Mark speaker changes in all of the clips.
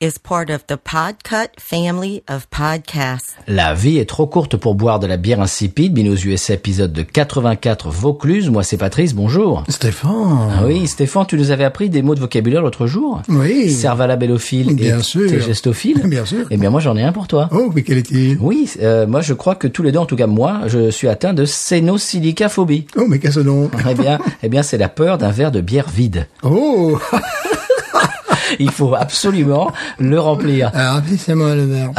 Speaker 1: is part of the Podcut family of podcasts.
Speaker 2: La vie est trop courte pour boire de la bière insipide. Binous USA, épisode de 84 Vaucluse. Moi, c'est Patrice, bonjour.
Speaker 3: Stéphane.
Speaker 2: Ah oui, Stéphane, tu nous avais appris des mots de vocabulaire l'autre jour
Speaker 3: Oui.
Speaker 2: Servalabellophile
Speaker 3: Bien
Speaker 2: et
Speaker 3: sûr.
Speaker 2: tégestophile.
Speaker 3: Bien sûr.
Speaker 2: Eh bien, moi, j'en ai un pour toi.
Speaker 3: Oh, mais quel est-il
Speaker 2: Oui, euh, moi je crois que tous les deux, en tout cas moi, je suis atteint de sénosilicaphobie.
Speaker 3: Oh, mais qu'est-ce donc
Speaker 2: Eh bien, eh bien, c'est la peur d'un verre de bière vide.
Speaker 3: Oh
Speaker 2: Il faut absolument le remplir.
Speaker 3: Alors, c'est moi le verre.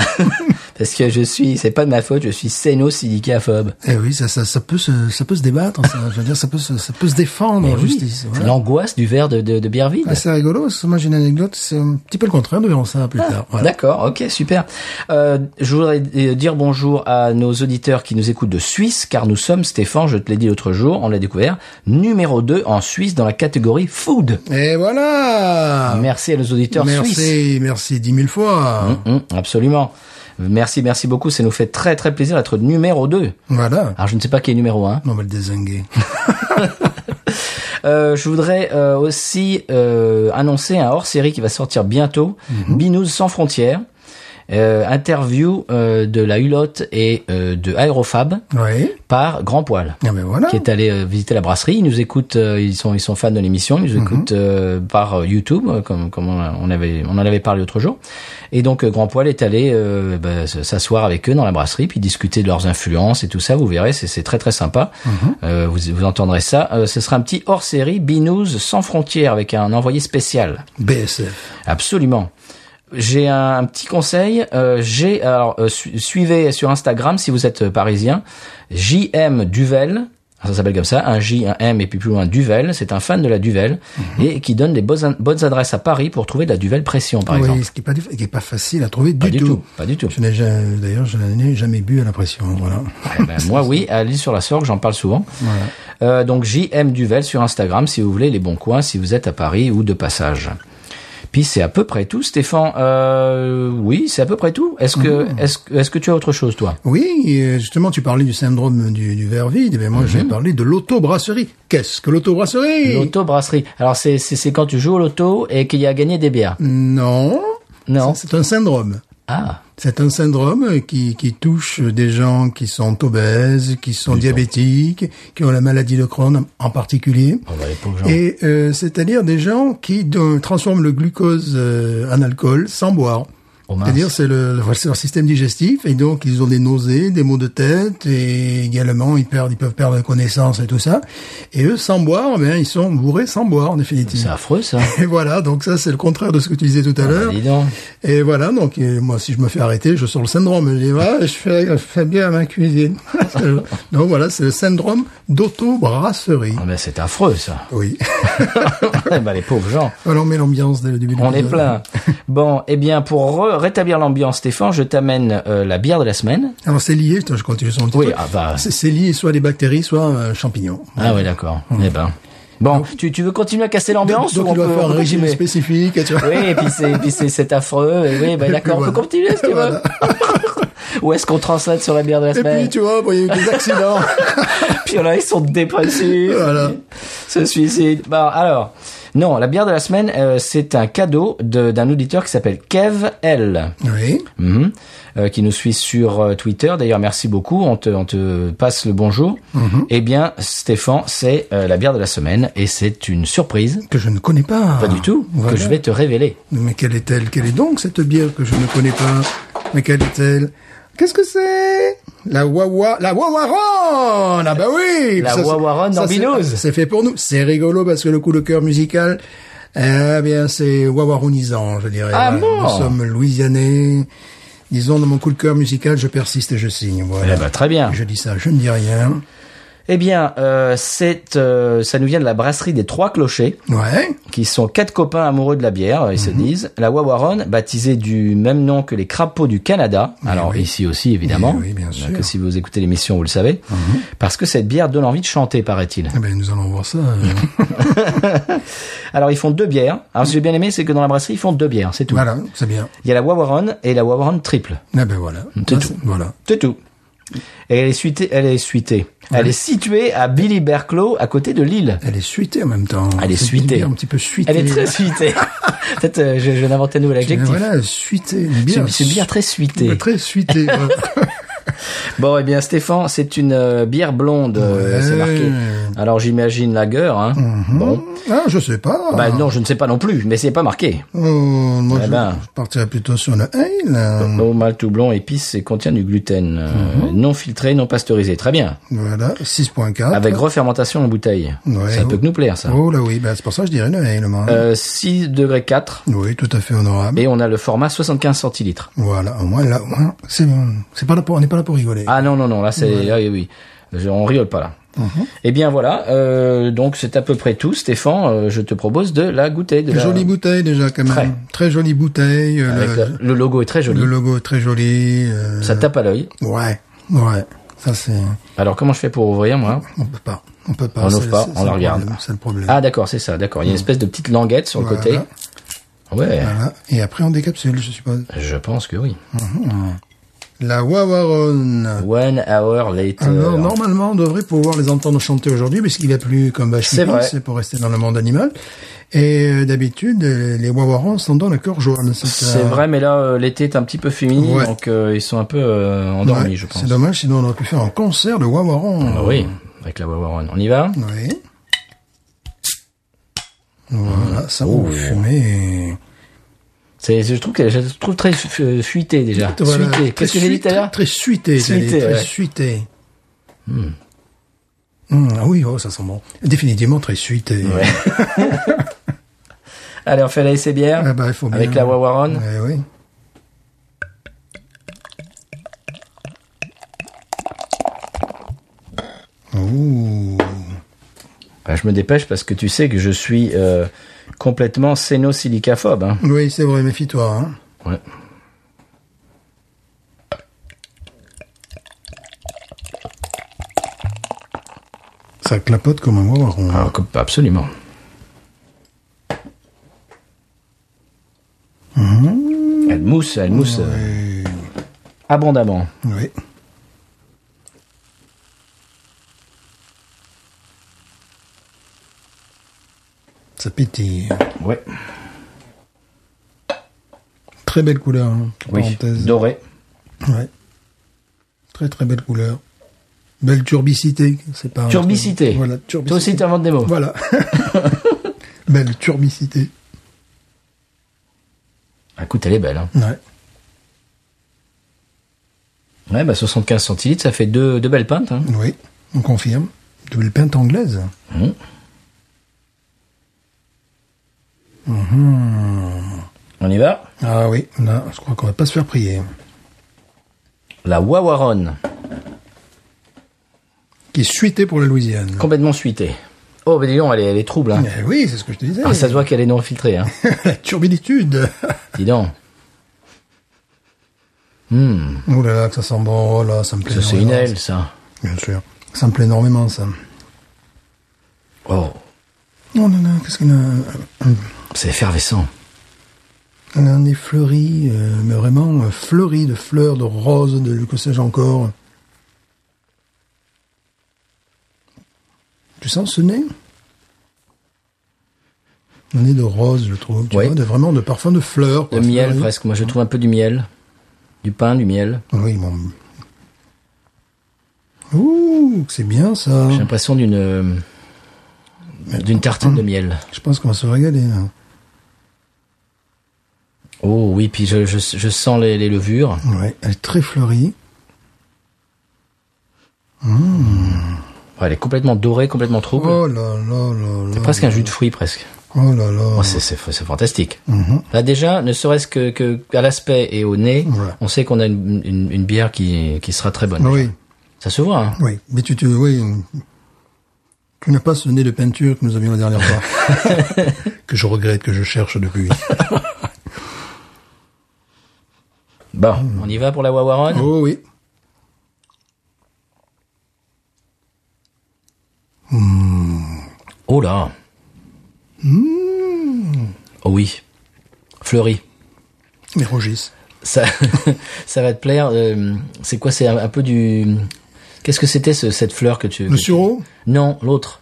Speaker 2: Parce que je suis, c'est pas de ma faute, je suis sénosilicaphobes.
Speaker 3: eh oui, ça, ça, ça, peut se, ça peut se débattre, ça, je veux dire, ça peut se, ça peut se défendre en justice.
Speaker 2: c'est
Speaker 3: voilà.
Speaker 2: l'angoisse du verre de, de, de bière vide.
Speaker 3: Ah, c'est rigolo, parce que moi j'ai une anecdote, c'est un petit peu le contraire, nous verrons ça plus
Speaker 2: Ah.
Speaker 3: tard. Voilà.
Speaker 2: D'accord, ok, super. Euh, je voudrais euh, dire bonjour à nos auditeurs qui nous écoutent de Suisse, car nous sommes, Stéphane, je te l'ai dit l'autre jour, on l'a découvert, numéro 2 en Suisse dans la catégorie food.
Speaker 3: Et voilà
Speaker 2: Merci à nos auditeurs suisses.
Speaker 3: Ah. Merci, merci dix mille fois.
Speaker 2: Hum, absolument. Merci, merci beaucoup. Ça nous fait très, très plaisir d'être numéro 2.
Speaker 3: Voilà.
Speaker 2: Alors, je ne sais pas qui est numéro 1.
Speaker 3: On va le désinguer.
Speaker 2: Euh, je voudrais euh, aussi euh, annoncer un hors-série qui va sortir bientôt, Binous sans frontières. Euh, interview euh, de la Hulotte et euh, de Aérofab
Speaker 3: oui.
Speaker 2: par Grand Poil.
Speaker 3: Ah ben voilà.
Speaker 2: qui est allé euh, visiter la brasserie. Ils nous écoutent, euh, ils sont ils sont fans de l'émission, ils nous écoutent euh, par euh, YouTube, euh, comme comme on, a- on avait on en avait parlé l'autre jour. Et donc euh, Grand Poil est allé euh, bah, s- s'asseoir avec eux dans la brasserie, puis discuter de leurs influences et tout ça. Vous verrez, c'est c'est très très sympa. Euh, vous vous entendrez ça. Euh, ce sera un petit hors série Binous sans frontières avec un envoyé spécial.
Speaker 3: BSF.
Speaker 2: Absolument. J'ai un, un petit conseil. euh, j'ai alors euh, su- suivez sur Instagram si vous êtes euh, parisien. JM Duvel. ah, Ça s'appelle comme ça, un J, un M et puis plus loin Duvel. C'est un fan de la Duvel et qui donne des bonnes, bonnes adresses à Paris pour trouver de la Duvel pression, par
Speaker 3: oui,
Speaker 2: exemple.
Speaker 3: ce qui est pas, dif- qui est pas facile à trouver
Speaker 2: Pas
Speaker 3: du,
Speaker 2: du tout. Pas du tout.
Speaker 3: Je n'ai jamais, d'ailleurs, je n'ai jamais bu à la pression, voilà.
Speaker 2: Eh ben, moi, oui, à l'île sur la Sorgue, j'en parle souvent. Euh, donc, JM Duvel sur Instagram, si vous voulez, les bons coins, si vous êtes à Paris ou de passage. Puis c'est à peu près tout, Stéphane. Euh, oui, c'est à peu près tout. Est-ce que, est-ce, que- est-ce que tu as autre chose, toi
Speaker 3: Oui, euh, justement, tu parlais du syndrome du, du verre vide, mais moi, j'ai parlé de l'autobrasserie. Qu'est-ce que l'autobrasserie
Speaker 2: L'auto-brasserie. Alors, c'est, c'est, c'est quand tu joues au loto et qu'il y a gagné des bières.
Speaker 3: Non.
Speaker 2: Non.
Speaker 3: C'est c'est un syndrome.
Speaker 2: Ah,
Speaker 3: C'est un syndrome qui, qui touche des gens qui sont obèses, qui sont diabétiques, qui ont la maladie de Crohn en particulier.
Speaker 2: bah, les pauvres gens.
Speaker 3: Et euh, c'est-à-dire des gens qui don- transforment le glucose euh, en alcool sans boire.
Speaker 2: Oh, mince.
Speaker 3: c'est-à-dire c'est le, le- c'est leur système digestif et donc ils ont des nausées, des maux de tête et également ils perdent, ils peuvent perdre connaissance et tout ça. Et eux sans boire, ben ils sont bourrés sans boire en définitive.
Speaker 2: c'est affreux, ça.
Speaker 3: Et voilà, donc ça c'est le contraire de ce que tu disais tout à
Speaker 2: Ah,
Speaker 3: l'heure.
Speaker 2: dis donc.
Speaker 3: Et voilà, donc et moi, si je me fais arrêter, je sors le syndrome. Je dis, voilà, je fais, je fais bien à ma cuisine. donc voilà, c'est le syndrome d'auto-brasserie.
Speaker 2: Ah, ben, c'est affreux, ça.
Speaker 3: Oui.
Speaker 2: Eh ben, les pauvres gens.
Speaker 3: Alors on met l'ambiance dès le début. de
Speaker 2: On est
Speaker 3: l'épisode.
Speaker 2: plein. Bon, eh bien, pour re- rétablir l'ambiance, Stéphane, je t'amène euh, la bière de la semaine.
Speaker 3: Alors c'est lié, Attends, je continue sur mon petit
Speaker 2: Oui,
Speaker 3: truc.
Speaker 2: ah bah.
Speaker 3: C'est- C'est lié soit à des bactéries, soit euh, champignons.
Speaker 2: Ah oui, d'accord. Eh ben. Bon, tu, tu veux continuer à casser l'ambiance
Speaker 3: Mmh. donc
Speaker 2: ou on
Speaker 3: il doit
Speaker 2: peut
Speaker 3: faire
Speaker 2: on
Speaker 3: un
Speaker 2: peut
Speaker 3: régime
Speaker 2: continuer
Speaker 3: spécifique. et tu vois.
Speaker 2: Oui, et puis c'est, et puis c'est, c'est affreux. Et oui, ben
Speaker 3: puis
Speaker 2: d'accord, on peut
Speaker 3: voilà.
Speaker 2: continuer si tu veux.
Speaker 3: Voilà.
Speaker 2: Ou est-ce qu'on translate sur la bière de la
Speaker 3: Et
Speaker 2: semaine
Speaker 3: puis tu vois, bon, il y a eu des accidents.
Speaker 2: Puis là, ils sont dépressifs.
Speaker 3: Voilà.
Speaker 2: Se suicide. Bon, alors. Non, la bière de la semaine, euh, c'est un cadeau de- d'un auditeur qui s'appelle Kev L.
Speaker 3: oui.
Speaker 2: Mhm. Euh, qui nous suit sur euh, Twitter. D'ailleurs, merci beaucoup. On te, on te passe le bonjour.
Speaker 3: Mhm.
Speaker 2: Eh bien, Stéphane, c'est euh, la bière de la semaine et c'est une surprise.
Speaker 3: Que je ne connais pas.
Speaker 2: Pas du tout.
Speaker 3: Ah, Voilà.
Speaker 2: Que je vais te révéler.
Speaker 3: Mais quelle est-elle Quelle est donc cette bière que je ne connais pas Mais quelle est-elle Qu'est-ce que c'est La Wawa, la Wawaron Ah bah oui
Speaker 2: La
Speaker 3: Ça, c'est-
Speaker 2: Wawaron
Speaker 3: ça,
Speaker 2: en
Speaker 3: c'est-
Speaker 2: binouze.
Speaker 3: C'est fait pour nous. C'est rigolo parce que le coup de cœur musical, eh bien c'est Wawaronisant, je dirais.
Speaker 2: Ah bon
Speaker 3: Nous sommes Louisianais.
Speaker 2: ben,
Speaker 3: Disons, dans mon coup de cœur musical, je persiste et je signe. Voilà.
Speaker 2: Eh ben, très bien.
Speaker 3: Je dis ça, je ne dis rien.
Speaker 2: Eh bien, euh, c'est, euh, ça nous vient de la brasserie des Trois Clochers,
Speaker 3: Ouais.
Speaker 2: qui sont quatre copains amoureux de la bière, euh, ils
Speaker 3: Mhm.
Speaker 2: se disent. La Wawaron, baptisée du même nom que les crapauds du Canada. Alors
Speaker 3: Eh oui.
Speaker 2: ici aussi, évidemment. Euh,
Speaker 3: Mais oui, bien sûr. Mhm.
Speaker 2: Que si vous écoutez l'émission, vous le savez. Parce que cette bière donne envie de chanter, paraît-il.
Speaker 3: Eh ben, nous allons voir ça. euh,
Speaker 2: Alors ils font deux bières. Alors ce que j'ai bien aimé, c'est que dans la brasserie, ils font deux bières, c'est tout.
Speaker 3: voilà, c'est bien.
Speaker 2: Il y a la Wawaron et la Wawaron triple.
Speaker 3: Eh ben voilà.
Speaker 2: C'est
Speaker 3: Ah,
Speaker 2: tout.
Speaker 3: Voilà.
Speaker 2: C'est tout. Et elle est suitée, elle est suitée. Elle est située à Billy Berclo, à côté de Lille.
Speaker 3: Elle est suitée en même temps.
Speaker 2: Elle est
Speaker 3: C'est une
Speaker 2: suitée.
Speaker 3: bière Un petit peu suitée.
Speaker 2: Elle est très suitée. Peut-être, euh, je, je vais inventer un nouvel
Speaker 3: Mais
Speaker 2: adjectif.
Speaker 3: Voilà, suitée. Une
Speaker 2: C'est
Speaker 3: bière,
Speaker 2: c'est une bière très suitée.
Speaker 3: Très suitée. voilà.
Speaker 2: Bon, eh bien, Stéphane, c'est une euh, bière blonde, euh,
Speaker 3: Ouais.
Speaker 2: c'est marqué. Alors, j'imagine lager, hein. Bon.
Speaker 3: ah, je sais pas.
Speaker 2: Bah, non, je ne sais pas non plus, mais c'est pas marqué.
Speaker 3: Oh, moi,
Speaker 2: Eh
Speaker 3: je,
Speaker 2: ben.
Speaker 3: je partirais plutôt sur le ale. hein.
Speaker 2: Au mal tout blond, épice et contient du gluten.
Speaker 3: Mhm.
Speaker 2: euh, Non filtré, non pasteurisé. Très bien.
Speaker 3: Voilà, 6.4.
Speaker 2: Avec refermentation en bouteille.
Speaker 3: Ouais,
Speaker 2: ça peut
Speaker 3: oh.
Speaker 2: que nous plaire, ça.
Speaker 3: Oh là oui, bah, c'est pour ça que je dirais le ale, moi.
Speaker 2: Euh, 6 degrés 4.
Speaker 3: Oui, tout à fait honorable.
Speaker 2: Et on a le format 75 centilitres.
Speaker 3: Voilà, au moins là, au moins, c'est c'est pas là pour, on n'est pas là pour rigoler.
Speaker 2: Ah non, non, non, là c'est... ah oui, oui, Je- on rigole pas là.
Speaker 3: Mhm.
Speaker 2: Eh bien voilà, euh, donc c'est à peu près tout. Stéphane, euh, je te propose de la goûter. De la-
Speaker 3: jolie bouteille déjà quand même.
Speaker 2: Très.
Speaker 3: Très jolie bouteille. euh,
Speaker 2: Avec
Speaker 3: le,
Speaker 2: la- le logo est très joli.
Speaker 3: le logo est très joli. euh,
Speaker 2: Ça tape à l'œil.
Speaker 3: Ouais, ouais. Ça c'est,
Speaker 2: Alors comment je fais pour ouvrir moi
Speaker 3: on peut pas, on peut pas.
Speaker 2: On
Speaker 3: c'est-
Speaker 2: n'ouvre pas,
Speaker 3: c'est-
Speaker 2: on
Speaker 3: c'est
Speaker 2: la
Speaker 3: le
Speaker 2: regarde.
Speaker 3: problème, C'est le problème.
Speaker 2: Ah d'accord, c'est ça, d'accord. Il y a une espèce de petite languette sur le
Speaker 3: Voilà.
Speaker 2: côté. Ouais,
Speaker 3: Voilà. Et après on décapsule, je suppose.
Speaker 2: je pense que oui.
Speaker 3: La Wawaron.
Speaker 2: One hour later.
Speaker 3: Alors, normalement, on devrait pouvoir les entendre chanter aujourd'hui, puisqu'il a plu comme bah, vache
Speaker 2: C'est
Speaker 3: qui
Speaker 2: vrai.
Speaker 3: pisse, c'est pour rester dans le monde animal. Et euh, d'habitude, euh, les wawarons sont dans le corps jaune.
Speaker 2: C'est
Speaker 3: euh,
Speaker 2: vrai, mais là euh, l'été est un petit peu fini,
Speaker 3: Ouais.
Speaker 2: donc euh, ils sont un peu euh, endormis,
Speaker 3: ouais,
Speaker 2: je pense.
Speaker 3: C'est dommage, sinon on aurait pu faire un concert de wawarons.
Speaker 2: Ah oui, avec la Wawaron. On y va
Speaker 3: Oui. Voilà, ça
Speaker 2: Oh.
Speaker 3: va fumer.
Speaker 2: C'est, je trouve que je la trouve très fu- euh, fuité déjà.
Speaker 3: Voilà,
Speaker 2: Suité.
Speaker 3: très
Speaker 2: Qu'est-ce que j'ai dit
Speaker 3: suite-
Speaker 2: tout à l'heure
Speaker 3: Très suité,
Speaker 2: Suité,
Speaker 3: Thalie, très
Speaker 2: ouais. Hmm.
Speaker 3: suité. Hum, ah oui, oh, ça sent bon. Définitivement très suité.
Speaker 2: Ouais. Allez, on fait la essai bière
Speaker 3: Ah bah, il faut bien.
Speaker 2: avec la Wawaron.
Speaker 3: Eh oui. Ouh.
Speaker 2: Bah, je me dépêche parce que tu sais que je suis euh, complètement sénosilicafobe. Hein.
Speaker 3: Oui, c'est vrai, méfie-toi. Hein.
Speaker 2: Ouais.
Speaker 3: Ça clapote comme un wawaron.
Speaker 2: Ah, comme- absolument.
Speaker 3: Mmh.
Speaker 2: Elle mousse, elle mousse euh,
Speaker 3: Et-
Speaker 2: abondamment.
Speaker 3: Oui. Ça pétille.
Speaker 2: Ouais.
Speaker 3: Très belle couleur. hein,
Speaker 2: Oui.
Speaker 3: parenthèse.
Speaker 2: Doré.
Speaker 3: Ouais. Très très belle couleur. Belle turbicité, c'est pas. un truc-
Speaker 2: Turbicité.
Speaker 3: Voilà,
Speaker 2: Toi aussi,
Speaker 3: turbicité.
Speaker 2: tu inventes des mots.
Speaker 3: Voilà. belle turbicité.
Speaker 2: Ah, Écoute, elle est belle. Hein.
Speaker 3: Ouais.
Speaker 2: Ouais, bah 75 centilitres, ça fait deux, deux belles pintes. Hein.
Speaker 3: Oui, on confirme. De belle peinte anglaise.
Speaker 2: Mhm. On y va
Speaker 3: Ah oui, là, je crois qu'on va pas se faire prier.
Speaker 2: La Wawaron,
Speaker 3: Qui est suité pour la Louisiane.
Speaker 2: complètement suitée. Oh, ben dis donc, elle est, elle est trouble. Hein.
Speaker 3: Eh oui, c'est ce que je te disais.
Speaker 2: Ah, ça se voit qu'elle est non filtrée. Hein.
Speaker 3: la turbiditude.
Speaker 2: dis donc. Hmm,
Speaker 3: Oh là là, que ça sent bon. Oh là, ça me plaît.
Speaker 2: ça c'est une
Speaker 3: énormément.
Speaker 2: aile, ça.
Speaker 3: Bien sûr. Ça me plaît énormément, ça.
Speaker 2: Oh,
Speaker 3: Oh là là, qu'est-ce qu'on a
Speaker 2: c'est effervescent.
Speaker 3: On a un nez fleuri, euh, mais vraiment euh, fleuri de fleurs, de roses, de que sais-je encore. Tu sens ce nez Un nez de rose, je trouve. Tu
Speaker 2: Oui.
Speaker 3: vois, de, vraiment de parfum de fleurs.
Speaker 2: Le
Speaker 3: quoi,
Speaker 2: miel,
Speaker 3: fleuri.
Speaker 2: presque. Moi, je trouve un peu du miel. Du pain, du miel.
Speaker 3: Oui, bon. Ouh, c'est bien ça.
Speaker 2: J'ai l'impression d'une... euh, d'une tartine
Speaker 3: Mmh.
Speaker 2: de miel.
Speaker 3: Je pense qu'on va se régaler. hein. là.
Speaker 2: Oh oui, puis je, je, je sens les, les levures.
Speaker 3: Ouais, elle est très fleurie.
Speaker 2: Ouais, elle est complètement dorée, complètement trouble.
Speaker 3: Oh là là là là.
Speaker 2: C'est presque un jus de fruits, presque.
Speaker 3: Oh là là.
Speaker 2: Oh, c'est- c'est c'est fantastique.
Speaker 3: Mhm.
Speaker 2: Là déjà, ne serait-ce que, que à l'aspect et au nez,
Speaker 3: Ouais.
Speaker 2: on sait qu'on a une, une- une bière qui, qui sera très bonne.
Speaker 3: oui.
Speaker 2: Ça se voit. Hein
Speaker 3: Oui, mais tu, tu, oui, Tu n'as pas ce nez de peinture que nous avions la dernière fois. que je regrette, que je cherche depuis.
Speaker 2: Bon, on y va pour la Wawaron
Speaker 3: Mhm. oh oui.
Speaker 2: Oh là
Speaker 3: Mhm.
Speaker 2: Oh oui. Fleury.
Speaker 3: Mais Rogis.
Speaker 2: Ça, ça va te plaire. euh, c'est quoi C'est un, un peu du. Qu'est-ce que c'était ce- cette fleur que tu. que
Speaker 3: Le
Speaker 2: tu-
Speaker 3: sureau,
Speaker 2: Non, l'autre.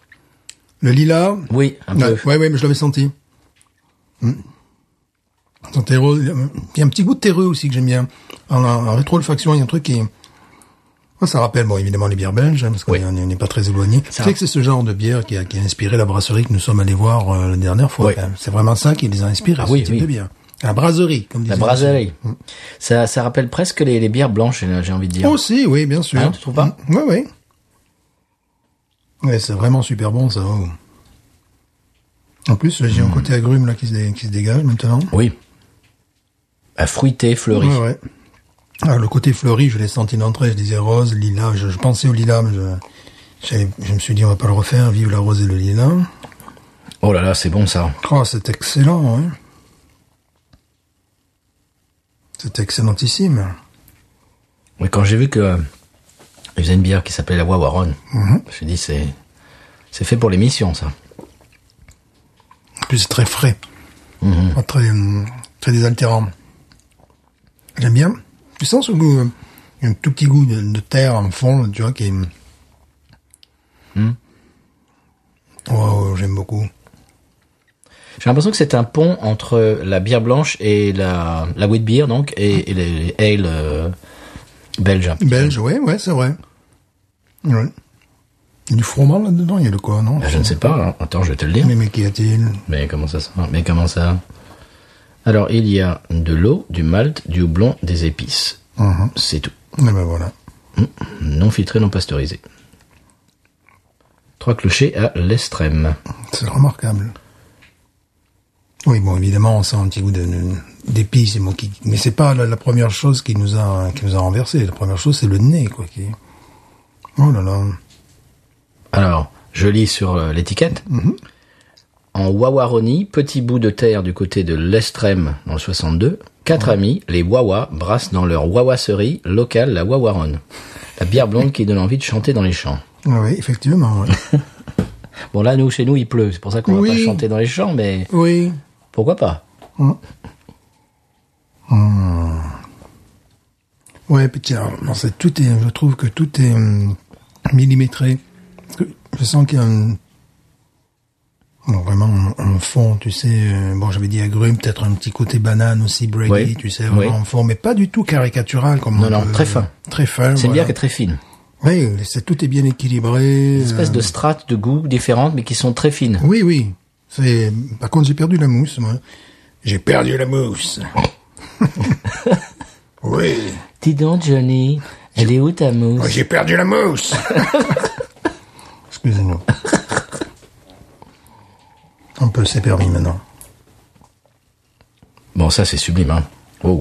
Speaker 3: le lilas.
Speaker 2: Oui, un
Speaker 3: Ouais,
Speaker 2: peu.
Speaker 3: ouais, ouais, mais je l'avais senti. Hmm. Son terreau, il y a- il y a un petit goût de terreux aussi que j'aime bien. En, en rétro-olfaction, il y a un truc qui... Moi, Ça rappelle, bon, évidemment, les bières belges, hein, parce qu'on
Speaker 2: Oui.
Speaker 3: est- on n'est pas très éloigné. Tu sais que c'est ce genre de bière qui a, qui a inspiré la brasserie que nous sommes allés voir euh, la dernière fois.
Speaker 2: Oui.
Speaker 3: quand même. C'est vraiment ça qui les a inspirés,
Speaker 2: Ah
Speaker 3: ce
Speaker 2: oui,
Speaker 3: type
Speaker 2: oui.
Speaker 3: de bière. La brasserie, comme
Speaker 2: La
Speaker 3: disait
Speaker 2: brasserie.
Speaker 3: Mhm.
Speaker 2: Ça, ça rappelle presque les, les bières blanches, j'ai j'ai envie de dire.
Speaker 3: Aussi, oui, bien sûr.
Speaker 2: Hein, tu trouves pas
Speaker 3: Oui, oui. Ouais, c'est vraiment super bon, ça. oh. En plus, j'ai
Speaker 2: Mm.
Speaker 3: un côté agrume là, qui, se dé- qui se dégage maintenant.
Speaker 2: Oui. Euh, Fruité, fleuri.
Speaker 3: Ouais, ouais. Alors, le côté fleuri, je l'ai senti d'entrée. Je disais rose, lilas. Je, je pensais au lilas, mais je, j'avais- je me suis dit, on va pas le refaire. Vive la rose et le lilas.
Speaker 2: Oh là là, c'est bon ça.
Speaker 3: Oh, c'est excellent, hein. C'est excellentissime.
Speaker 2: Oui, quand j'ai vu que euh, il faisait une bière qui s'appelait la Wawaron,
Speaker 3: Mhm.
Speaker 2: je me suis dit c'est c'est fait pour l'émission ça.
Speaker 3: En plus, c'est très frais. Pas très, hum, très désaltérant. J'aime bien. Tu sens ce goût, euh, un tout petit goût de, de terre en fond, tu vois, qui est... Oh, j'aime beaucoup.
Speaker 2: J'ai l'impression que c'est un pont entre la bière blanche et la la wheat beer donc et, et les, les ale euh, belges.
Speaker 3: Belge, ouais, ouais, c'est vrai. Ouais. Il y a du froment là-dedans, il y a de quoi, non
Speaker 2: Ben, je ne sais pas. hein. Attends, je vais te le dire.
Speaker 3: Mais, mais qu'y a-t-il
Speaker 2: Mais comment ça ça Mais comment ça Alors il y a de l'eau, du malt, du houblon, des épices.
Speaker 3: Mhm.
Speaker 2: C'est tout.
Speaker 3: Eh ben voilà.
Speaker 2: Non filtré, non pasteurisé. Trois clochers à l'extrême.
Speaker 3: C'est remarquable. Oui, bon, évidemment, on sent un petit goût de- de- d'épices, et bon, qui- mais c'est pas la, la première chose qui nous a qui nous a renversé. La première chose, c'est le nez, quoi. Qui... Oh là là.
Speaker 2: Alors, je lis sur euh, l'étiquette.
Speaker 3: Mm-hmm.
Speaker 2: En Wawaroni, petit bout de terre du côté de l'extrême dans le 62, quatre amis, les Wawa, brassent dans leur Wawasserie locale la Wawaron. La bière blonde qui donne envie de chanter dans les champs.
Speaker 3: Ah Oui, effectivement. ouais.
Speaker 2: Bon là, nous, chez nous, il pleut. C'est pour ça qu'on va
Speaker 3: Oui.
Speaker 2: pas chanter dans les champs, mais
Speaker 3: oui.
Speaker 2: pourquoi pas
Speaker 3: Ouais, puis tiens, non, c'est tout est, je trouve que tout est hum, millimétré. Parce que Je sens qu'il y a un, bon, vraiment un, un fond, tu sais. euh, bon, j'avais dit agrume, peut-être un petit côté banane aussi, bready,
Speaker 2: Oui.
Speaker 3: tu sais, vraiment
Speaker 2: Oui.
Speaker 3: un fond, mais pas du tout caricatural comme.
Speaker 2: Non,
Speaker 3: on
Speaker 2: non,
Speaker 3: peut-
Speaker 2: très fin.
Speaker 3: Très
Speaker 2: C'est
Speaker 3: fin.
Speaker 2: une
Speaker 3: voilà.
Speaker 2: bière qui est très fine.
Speaker 3: Oui, c'est tout est bien équilibré. euh,
Speaker 2: Une espèce de strates de goût différentes, mais qui sont très fines.
Speaker 3: Oui, oui. C'est. Par contre, j'ai perdu la mousse, moi. J'ai perdu la mousse. oui.
Speaker 2: Dis donc, Johnny, elle est où ta mousse
Speaker 3: J'ai perdu la mousse. Excusez-nous. On peut, c'est permis maintenant.
Speaker 2: Bon, ça, c'est sublime, hein. Oh.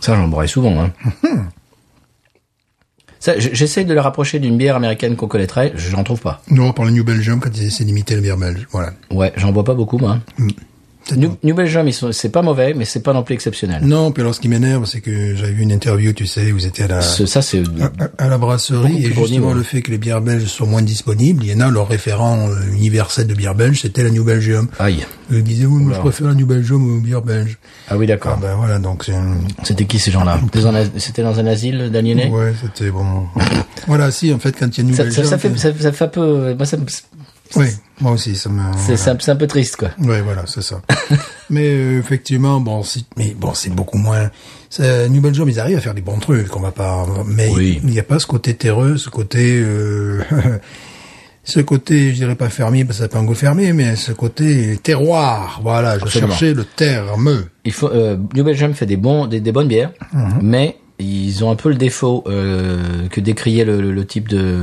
Speaker 2: Ça, j'en boirais souvent, hein. Ça, j- j'essaie de le rapprocher d'une bière américaine qu'on connaîtrait, j'en trouve pas.
Speaker 3: Non, par le New Belgium quand ils essaient d'imiter le bière belge. Voilà.
Speaker 2: Ouais, j'en bois pas beaucoup, moi. hein.
Speaker 3: Mm.
Speaker 2: New, New Belgium, ils sont- c'est pas mauvais, mais c'est pas non plus exceptionnel.
Speaker 3: Non, puis alors ce qui m'énerve, c'est que j'avais vu une interview, tu sais, vous étiez à la,
Speaker 2: Ce- ça, c'est...
Speaker 3: à- à la brasserie,
Speaker 2: Beaucoup hein.
Speaker 3: et
Speaker 2: plus gros
Speaker 3: justement
Speaker 2: niveau.
Speaker 3: le fait que les bières belges sont moins disponibles, il y en a, leur référent euh, universel de bière belge, c'était la New Belgium.
Speaker 2: Aïe.
Speaker 3: Ils disaient, oui, moi je préfère la New Belgium aux bières belges.
Speaker 2: Ah oui, d'accord.
Speaker 3: Ah ben voilà, donc c'est... une-
Speaker 2: C'était qui, ces gens-là Des en as- C'était dans un asile d'aliénés
Speaker 3: Ah, Ouais, c'était bon. voilà, si, en fait, quand il y a New
Speaker 2: ça, ça-
Speaker 3: Belgium...
Speaker 2: ça fait, ça, ça fait un peu... Moi, ça me- c'est
Speaker 3: Oui, moi aussi, ça me... voilà.
Speaker 2: c'est un- c'est un peu triste, quoi.
Speaker 3: Ouais, voilà, c'est ça. mais euh, effectivement, bon, si, mais bon, c'est beaucoup moins. c'est- euh, New Belgium, ils arrivent à faire des bons trucs, on va pas. Mais
Speaker 2: Oui.
Speaker 3: il n'y a pas ce côté terreux, ce côté, euh, ce côté, je dirais pas fermier, parce que c'est pas un goût fermier, mais ce côté terroir. Voilà, je
Speaker 2: Absolument.
Speaker 3: cherchais le terme.
Speaker 2: il faut euh, New Belgium fait des bons des, des bonnes bières
Speaker 3: Mhm.
Speaker 2: mais ils ont un peu le défaut euh, que décriait le, le- le type de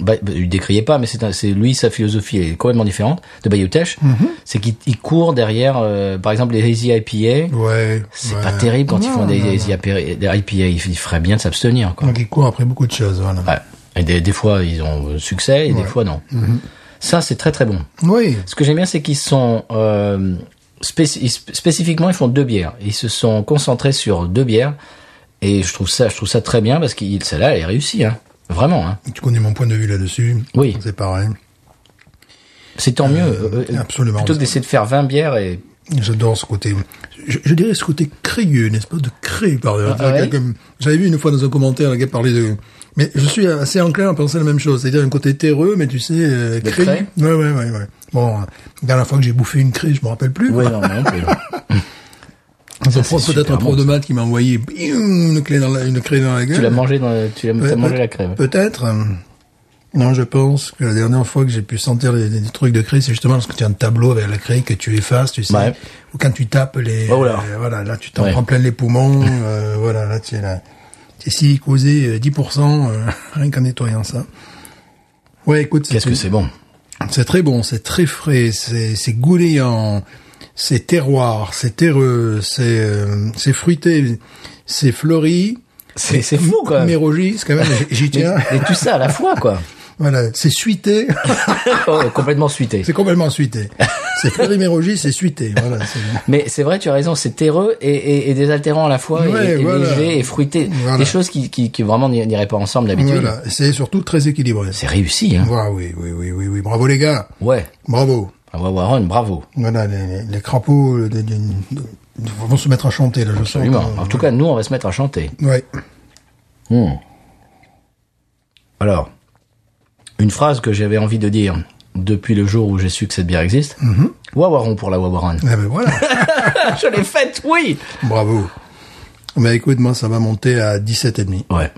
Speaker 2: bah, bah, il décriait pas mais c'est un- c'est lui sa philosophie est complètement différente de Bayutech
Speaker 3: Mhm.
Speaker 2: c'est qu'il il court derrière euh, par exemple les hazy IPA
Speaker 3: Ouais.
Speaker 2: c'est
Speaker 3: ouais.
Speaker 2: pas terrible quand ils font
Speaker 3: Non,
Speaker 2: des
Speaker 3: non,
Speaker 2: hazy IPA ils, ils feraient bien de s'abstenir quoi
Speaker 3: non. Donc ils courent après beaucoup de choses, voilà. Mhm.
Speaker 2: Ouais. Et des, des fois, ils ont euh, succès et des fois, non. Ça, c'est très très bon.
Speaker 3: Oui.
Speaker 2: Ce que j'aime bien, c'est qu'ils sont euh, spéc- ils- spécifiquement, ils font deux bières. Ils se sont concentrés sur deux bières, et je trouve ça, je trouve ça très bien parce que celle-là, elle est réussie, hein. Vraiment, hein.
Speaker 3: Tu connais mon point de vue là-dessus.
Speaker 2: Oui.
Speaker 3: C'est pareil.
Speaker 2: C'est tant mieux.
Speaker 3: Euh,
Speaker 2: euh, euh,
Speaker 3: absolument.
Speaker 2: Plutôt que d'essayer de faire 20 bières et
Speaker 3: J'adore ce côté. Je, je dirais ce côté créeux, n'est-ce pas De créer, par exemple.
Speaker 2: Ah, ouais.
Speaker 3: Comme- J'avais vu une fois dans un commentaire, un gars parler de. Mais je suis assez enclin à penser la même chose. C'est-à-dire un côté terreux, mais tu sais, euh,
Speaker 2: De
Speaker 3: créeux.
Speaker 2: créer.
Speaker 3: Ouais, ouais, ouais, ouais. Bon, la dernière fois que j'ai bouffé une crée, je me rappelle plus.
Speaker 2: Ouais, non, non, mais non.
Speaker 3: Je
Speaker 2: Ça,
Speaker 3: prends
Speaker 2: c'est
Speaker 3: peut-être
Speaker 2: super
Speaker 3: un prof
Speaker 2: bon,
Speaker 3: de
Speaker 2: ça.
Speaker 3: maths qui m'a envoyé bim, une clé dans la, une craie dans la gueule.
Speaker 2: Tu l'as mangé dans le- tu l'as
Speaker 3: Ouais,
Speaker 2: t'as mangé
Speaker 3: peut-
Speaker 2: la crème.
Speaker 3: Peut-être. euh, Non, je pense que la dernière fois que j'ai pu sentir les, les trucs de craie, c'est justement lorsque tu as un tableau avec la craie que tu effaces, tu sais.
Speaker 2: Ouais.
Speaker 3: Ou quand tu tapes les,
Speaker 2: Oh là.
Speaker 3: euh, voilà, là tu t'en
Speaker 2: Ouais.
Speaker 3: prends plein les poumons, euh, voilà, là tu es là. Tu es si causé euh, 10%, euh, rien qu'en nettoyant ça. Ouais, écoute,
Speaker 2: Qu'est-ce que
Speaker 3: une-
Speaker 2: c'est bon
Speaker 3: c'est très bon, c'est très frais, c'est c'est gouléant, c'est terroir, c'est terreux, c'est euh, c'est fruité, c'est fleuri.
Speaker 2: C'est c'est fou quand
Speaker 3: Mais
Speaker 2: même.
Speaker 3: Roger, c'est quand même, j'y
Speaker 2: Mais,
Speaker 3: tiens.
Speaker 2: mais tout ça à la fois quoi.
Speaker 3: Voilà, c'est suité,
Speaker 2: Oh, complètement suité.
Speaker 3: c'est complètement suité. C'est fleuri mais Roger, c'est suité. Voilà, c'est-
Speaker 2: Mais c'est vrai, tu as raison, c'est terreux et, et, et désaltérant à la fois, et-
Speaker 3: Ouais,
Speaker 2: et,
Speaker 3: voilà.
Speaker 2: léger et fruité.
Speaker 3: Voilà.
Speaker 2: Des choses qui, qui, qui vraiment n'ir- n'iraient pas ensemble d'habitude.
Speaker 3: voilà, c'est surtout très équilibré.
Speaker 2: C'est réussi, hein.
Speaker 3: Voilà, oui, oui, oui, oui, oui, bravo les gars,
Speaker 2: Ouais.
Speaker 3: bravo.
Speaker 2: Ah, ouais, Warren, bravo.
Speaker 3: Voilà, les, les, les crapauds euh, de- de- de- vont se mettre à chanter là, je sens.
Speaker 2: Absolument.
Speaker 3: qu'on-
Speaker 2: En tout cas, nous, on va se mettre à chanter.
Speaker 3: ouais.
Speaker 2: Hmm. Alors, une phrase que j'avais envie de dire depuis le jour où j'ai su que cette bière existe. Wawaron pour la Wawaron.
Speaker 3: Ah ben voilà.
Speaker 2: Mhm. Ah, Je l'ai faite, oui
Speaker 3: Bravo. Bah écoute, moi ça va monter à 17,5.
Speaker 2: Ouais.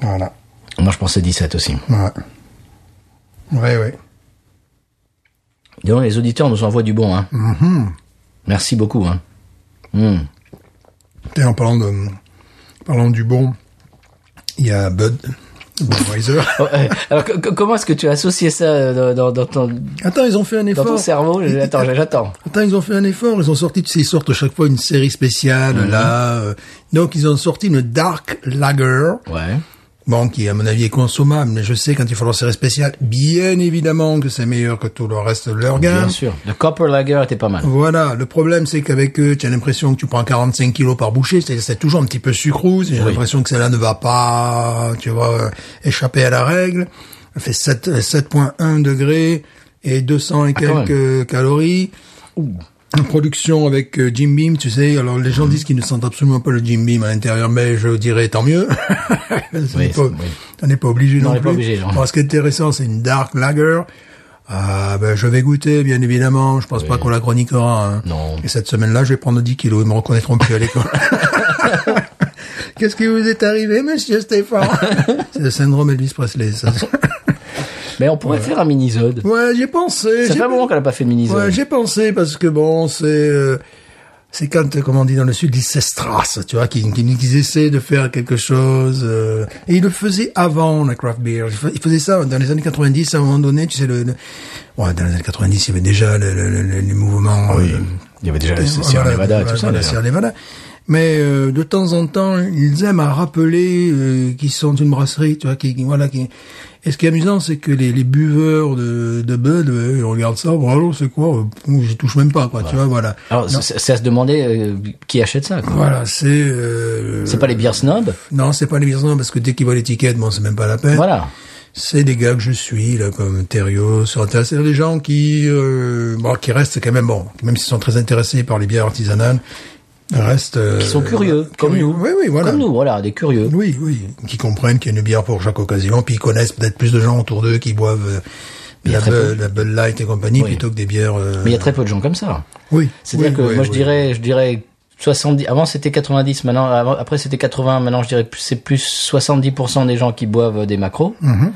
Speaker 3: Voilà.
Speaker 2: Moi, je pensais 17 aussi.
Speaker 3: Ouais. Ouais, ouais.
Speaker 2: Dis donc, les auditeurs nous envoient du bon, hein. Merci beaucoup, hein. Hmm.
Speaker 3: Et en parlant de, parlant du bon, il y a Bud, Budweiser.
Speaker 2: Oh, euh, Alors, co- co- comment est-ce que tu as associé ça euh, dans, dans- dans ton, dans
Speaker 3: Attends, ils ont fait un effort.
Speaker 2: ton cerveau Je- Attends, j'attends.
Speaker 3: Attends, ils ont fait un effort. Ils ont sorti, tu sais, ils sortent chaque fois une série spéciale, là. euh. Donc, ils ont sorti une Dark Lager.
Speaker 2: Ouais.
Speaker 3: Bon, qui, à mon avis, est consommable, mais je sais, quand ils font leur série spéciale, bien évidemment que c'est meilleur que tout le reste de leur gamme.
Speaker 2: Bien sûr. Le Copper Lager était pas mal.
Speaker 3: Voilà, le problème c'est qu'avec eux, tu as l'impression que tu prends 45 kilos par bouchée, c'est c'est toujours un petit peu sucrose, j'ai
Speaker 2: Oui.
Speaker 3: l'impression que celle-là ne va pas, tu vois, euh, échapper à la règle. Elle fait 7 euh, 7.1 degrés et 200 et
Speaker 2: Ah, quand
Speaker 3: quelques euh, calories. En production avec euh, Jim Beam, tu sais, alors les
Speaker 2: Mmh.
Speaker 3: gens disent qu'ils ne sentent absolument pas le Jim Beam à l'intérieur, mais je dirais tant mieux. on n'est
Speaker 2: c'est-
Speaker 3: pas,
Speaker 2: oui.
Speaker 3: on n'est pas obligé
Speaker 2: Non,
Speaker 3: non,
Speaker 2: on n'est pas
Speaker 3: plus.
Speaker 2: obligé, non.
Speaker 3: Bon, ce qui est intéressant, c'est une dark lager. Ah ben je vais goûter bien évidemment, je pense pas qu'on la chroniquera. hein.
Speaker 2: Non.
Speaker 3: Et cette semaine-là, je vais prendre 10 kilos, ils me reconnaîtront plus à l'école. Qu'est-ce qui vous est arrivé, monsieur Stéphane C'est le syndrome Elvis Presley, ça.
Speaker 2: Mais on pourrait faire un mini-zode.
Speaker 3: Ouais, j'ai pensé.
Speaker 2: Ça
Speaker 3: j'ai-
Speaker 2: fait un moment qu'on n'a pas fait de
Speaker 3: Ouais,
Speaker 2: mini-zode.
Speaker 3: j'ai pensé parce que bon, c'est euh, c'est quand euh, comme on dit dans le sud, ils s'estrassent, tu vois, qu'ils qu'ils- qu'ils essaient de faire quelque chose. euh, et ils le faisaient avant la craft beer. Ils fais- Ils faisaient ça dans les années 90 à un moment donné, tu sais le, le- ouais, dans les années 90, il y avait déjà le, le, le- le- les mouvements. euh,
Speaker 2: Il y avait déjà la
Speaker 3: voilà,
Speaker 2: Sierra Nevada et
Speaker 3: voilà,
Speaker 2: tout ça.
Speaker 3: la
Speaker 2: déjà.
Speaker 3: Sierra Nevada. Mais euh, de temps en temps, ils aiment à rappeler euh, qu'ils sont une brasserie, tu vois, qui, qui- voilà, qui. Et ce qui est amusant, c'est que les, les buveurs de, de Bud, euh, ils regardent ça, bon, alors c'est quoi, euh, pff, j'y touche même pas, quoi, tu vois, voilà.
Speaker 2: Alors, c'est c'est à se demander euh, qui achète ça. quoi.
Speaker 3: Voilà, c'est. euh,
Speaker 2: C'est pas les bières snob
Speaker 3: Non, c'est pas les visants parce que dès qu'ils voient l'étiquette, bon, c'est même pas la peine.
Speaker 2: Voilà.
Speaker 3: C'est des gars que je suis, là, comme Thériault, sur Internet. C'est des gens qui, euh, bon, qui restent quand même, bon, même s'ils sont très intéressés par les bières artisanales, restent... euh,
Speaker 2: Ils sont curieux,
Speaker 3: voilà,
Speaker 2: comme nous.
Speaker 3: Oui, oui, voilà.
Speaker 2: Comme nous, voilà, des curieux.
Speaker 3: Oui, oui, qui comprennent qu'il y a une bière pour chaque occasion, puis ils connaissent peut-être plus de gens autour d'eux qui boivent euh, de
Speaker 2: Il y a
Speaker 3: la,
Speaker 2: très
Speaker 3: Bud, la Bud Light et compagnie
Speaker 2: Oui.
Speaker 3: plutôt que des bières... euh,
Speaker 2: Mais il y a très peu de gens comme ça.
Speaker 3: Oui.
Speaker 2: C'est-à-dire
Speaker 3: oui,
Speaker 2: que
Speaker 3: oui,
Speaker 2: moi, je
Speaker 3: oui.
Speaker 2: dirais, je dirais 70. Avant, c'était 90. Maintenant, avant- après, c'était 80. Maintenant, je dirais que c'est plus 70% des gens qui boivent des macros.
Speaker 3: Mhm.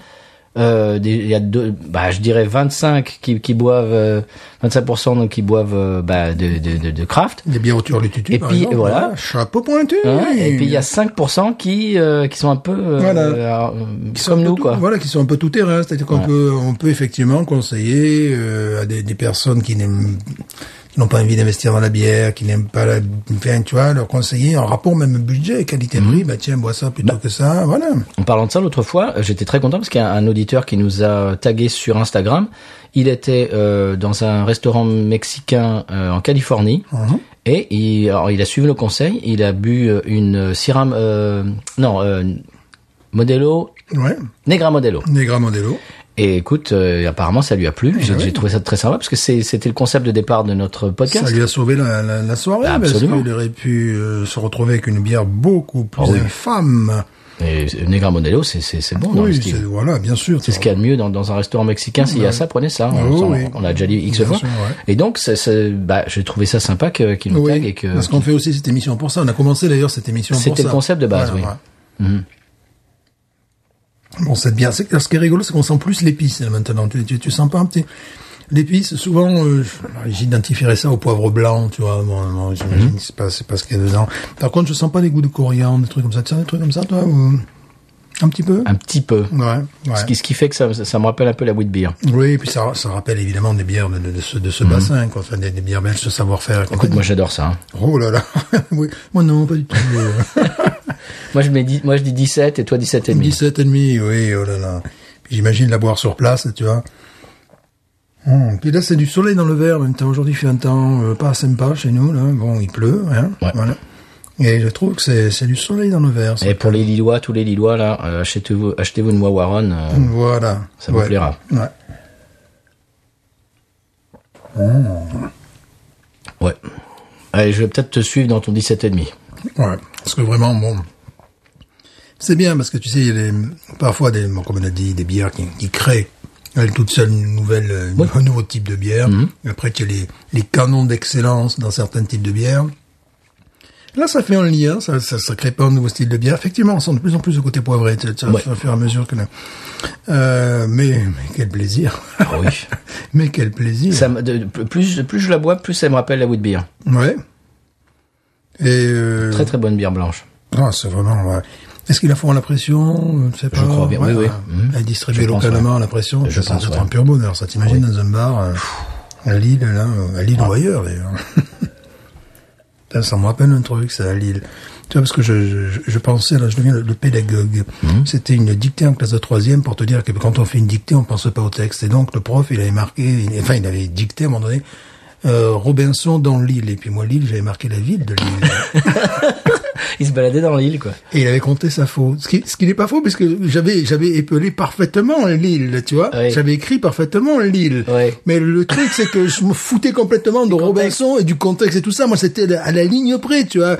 Speaker 2: Euh, des- Il y a deux, bah, je dirais 25 qui, qui boivent, euh, 25% donc qui boivent euh, bah, de, de, de, de craft.
Speaker 3: Des bières au turlitude,
Speaker 2: Et
Speaker 3: par
Speaker 2: puis,
Speaker 3: exemple,
Speaker 2: voilà.
Speaker 3: Chapeau pointu
Speaker 2: Hein,
Speaker 3: oui.
Speaker 2: et puis il y a 5% qui euh, qui sont un peu euh,
Speaker 3: Voilà.
Speaker 2: euh,
Speaker 3: Qui sont
Speaker 2: comme
Speaker 3: un peu
Speaker 2: nous
Speaker 3: tout-
Speaker 2: quoi.
Speaker 3: Voilà, qui sont un peu tout terrain, c'est-à-dire qu'on peut on peut effectivement conseiller euh, à des, des personnes qui n'aiment qui n'ont pas envie d'investir dans la bière, qui n'aiment pas la enfin, tu vois, leur conseiller en rapport même budget,
Speaker 2: Mhm.
Speaker 3: qualité-prix, bah tiens, bois ça plutôt que ça, voilà.
Speaker 2: En parlant de ça, l'autre fois, euh, j'étais très content parce qu'il y a un auditeur qui nous a tagué sur Instagram. Il était euh, dans un restaurant mexicain euh, en Californie
Speaker 3: Mhm.
Speaker 2: et il, alors, il a suivi nos conseils. Il a bu euh, une euh, Siram, euh, non, euh, Modelo,
Speaker 3: Ouais,
Speaker 2: Negra Modelo.
Speaker 3: Negra Modelo.
Speaker 2: Et écoute, euh, apparemment, ça lui a plu. J'ai
Speaker 3: Ah oui.
Speaker 2: j'ai trouvé ça très sympa parce que c'est- c'était le concept de départ de notre podcast.
Speaker 3: Ça lui a sauvé la, la, la soirée,
Speaker 2: Bah,
Speaker 3: parce
Speaker 2: absolument.
Speaker 3: qu'il aurait pu euh, se retrouver avec une bière beaucoup plus
Speaker 2: Ah oui.
Speaker 3: infâme.
Speaker 2: Et Negra Modelo, c'est c'est- c'est bon dans le
Speaker 3: oui,
Speaker 2: style.
Speaker 3: c'est- voilà, bien sûr.
Speaker 2: C'est ce qu'il y a de mieux dans, dans un restaurant mexicain. S'il y a ça, prenez ça. hein. On,
Speaker 3: Ah Oui,
Speaker 2: s'en-
Speaker 3: oui.
Speaker 2: on l'a déjà dit X
Speaker 3: Bien
Speaker 2: fois.
Speaker 3: sûr, ouais.
Speaker 2: Et donc, ça, ça- bah, j'ai trouvé ça sympa que- qu'il nous tague
Speaker 3: Oui,
Speaker 2: et que.
Speaker 3: parce qu'on fait aussi cette émission pour ça. On a commencé d'ailleurs cette émission pour ça.
Speaker 2: C'était le concept de base, oui. Mhm.
Speaker 3: Bon, c'est bien. C'est- alors, Ce qui est rigolo, c'est qu'on sent plus l'épice là, maintenant. Tu, tu, tu sens pas un petit... L'épice, souvent, euh, je- j'identifierais ça au poivre blanc, tu vois. Bon, bon,
Speaker 2: Mhm.
Speaker 3: j'imagine que c'est pas, c'est pas ce qu'il y a dedans. Par contre, je sens pas les goûts de coriandre, des trucs comme ça. Tu sens des trucs comme ça, toi ou- Un petit peu
Speaker 2: Un petit peu.
Speaker 3: Ouais, ouais.
Speaker 2: Ah, Ce, qui, ce qui fait que ça, ça, ça me rappelle un peu la de beer.
Speaker 3: Oui, et puis ça, ça rappelle évidemment des bières de, de- de ce, de ce bassin, quoi. Enfin, des, des bières belges, ce savoir-faire. et
Speaker 2: Mhm. Écoute,
Speaker 3: compagnie.
Speaker 2: moi j'adore ça. hein.
Speaker 3: Oh là là. oui. Moi, non, pas du tout. euh.
Speaker 2: Moi je, mets dix- moi je dis 17 et toi 17 et demi.
Speaker 3: 17 et demi, oui, oh là là. Puis j'imagine la boire sur place, tu vois. Hum, Puis là, c'est du soleil dans le verre, en même temps. Aujourd'hui, il fait un temps euh, pas sympa chez nous, là. Bon, il pleut, hein.
Speaker 2: Ouais.
Speaker 3: Voilà. Et je trouve que c'est, c'est du soleil dans le verre. ça.
Speaker 2: Et pour les Lillois, tous les Lillois là, euh, achetez-vous achetez-vous une Wawaron. euh,
Speaker 3: Voilà.
Speaker 2: Ça vous
Speaker 3: Ouais.
Speaker 2: plaira.
Speaker 3: Ouais.
Speaker 2: Ouais. Allez, je vais peut-être te suivre dans ton 17 et demi.
Speaker 3: Ouais. Parce que vraiment, bon. C'est bien parce que tu sais, il y a des- parfois, des, bon, comme on a dit, des bières qui, qui créent elles toutes seules une nouvelle, euh,
Speaker 2: Oui. Mhm.
Speaker 3: un nouveau type de bière. Et Après, tu as les, les canons d'excellence dans certains types de bières. Là, ça fait un lien, ça, ça, ça crée pas un nouveau style de bière. Effectivement, on sent de plus en plus le côté poivré, tu tu-
Speaker 2: Ouais.
Speaker 3: au fur et à mesure que... la- Euh, mais, mais quel plaisir
Speaker 2: Ah oui.
Speaker 3: Mais quel plaisir
Speaker 2: ça, me- de- plus, plus je la bois, plus ça me rappelle la de beer.
Speaker 3: Ouais. Et... euh,
Speaker 2: Très très bonne bière blanche.
Speaker 3: Non, Ah, c'est vraiment. ouais. Est-ce qu'ils la font à la pression Je sais pas.
Speaker 2: crois bien, oui, oui. Mhm.
Speaker 3: À distribuer
Speaker 2: Je pense,
Speaker 3: localement à la pression,
Speaker 2: Je
Speaker 3: je ça
Speaker 2: pense,
Speaker 3: doit être
Speaker 2: ouais.
Speaker 3: un pur bonheur. Ça t'imagines dans un bar euh, à Lille, là, euh, à Lille ou ailleurs d'ailleurs. Putain, ça me rappelle un truc, ça, à Lille. Tu vois, parce que je, je, je pensais, là, je deviens le, le pédagogue.
Speaker 2: Mhm.
Speaker 3: C'était une dictée en classe de troisième pour te dire que quand on fait une dictée, on pense pas au texte. Et donc, le prof, il avait marqué, il- enfin, il avait dicté à un moment donné, euh, Robinson dans Lille. Et puis moi, Lille, j'avais marqué la ville de Lille.
Speaker 2: Il se baladait dans l'île quoi.
Speaker 3: Et il avait compté sa faute. Ce qui, ce qui n'est pas faux, puisque j'avais, j'avais épelé parfaitement l'île, tu vois.
Speaker 2: Oui.
Speaker 3: J'avais écrit parfaitement l'île.
Speaker 2: Oui.
Speaker 3: Mais le truc, c'est que je me foutais complètement de
Speaker 2: contexte.
Speaker 3: Robinson et du contexte et tout ça. Moi, c'était à la ligne près, tu vois.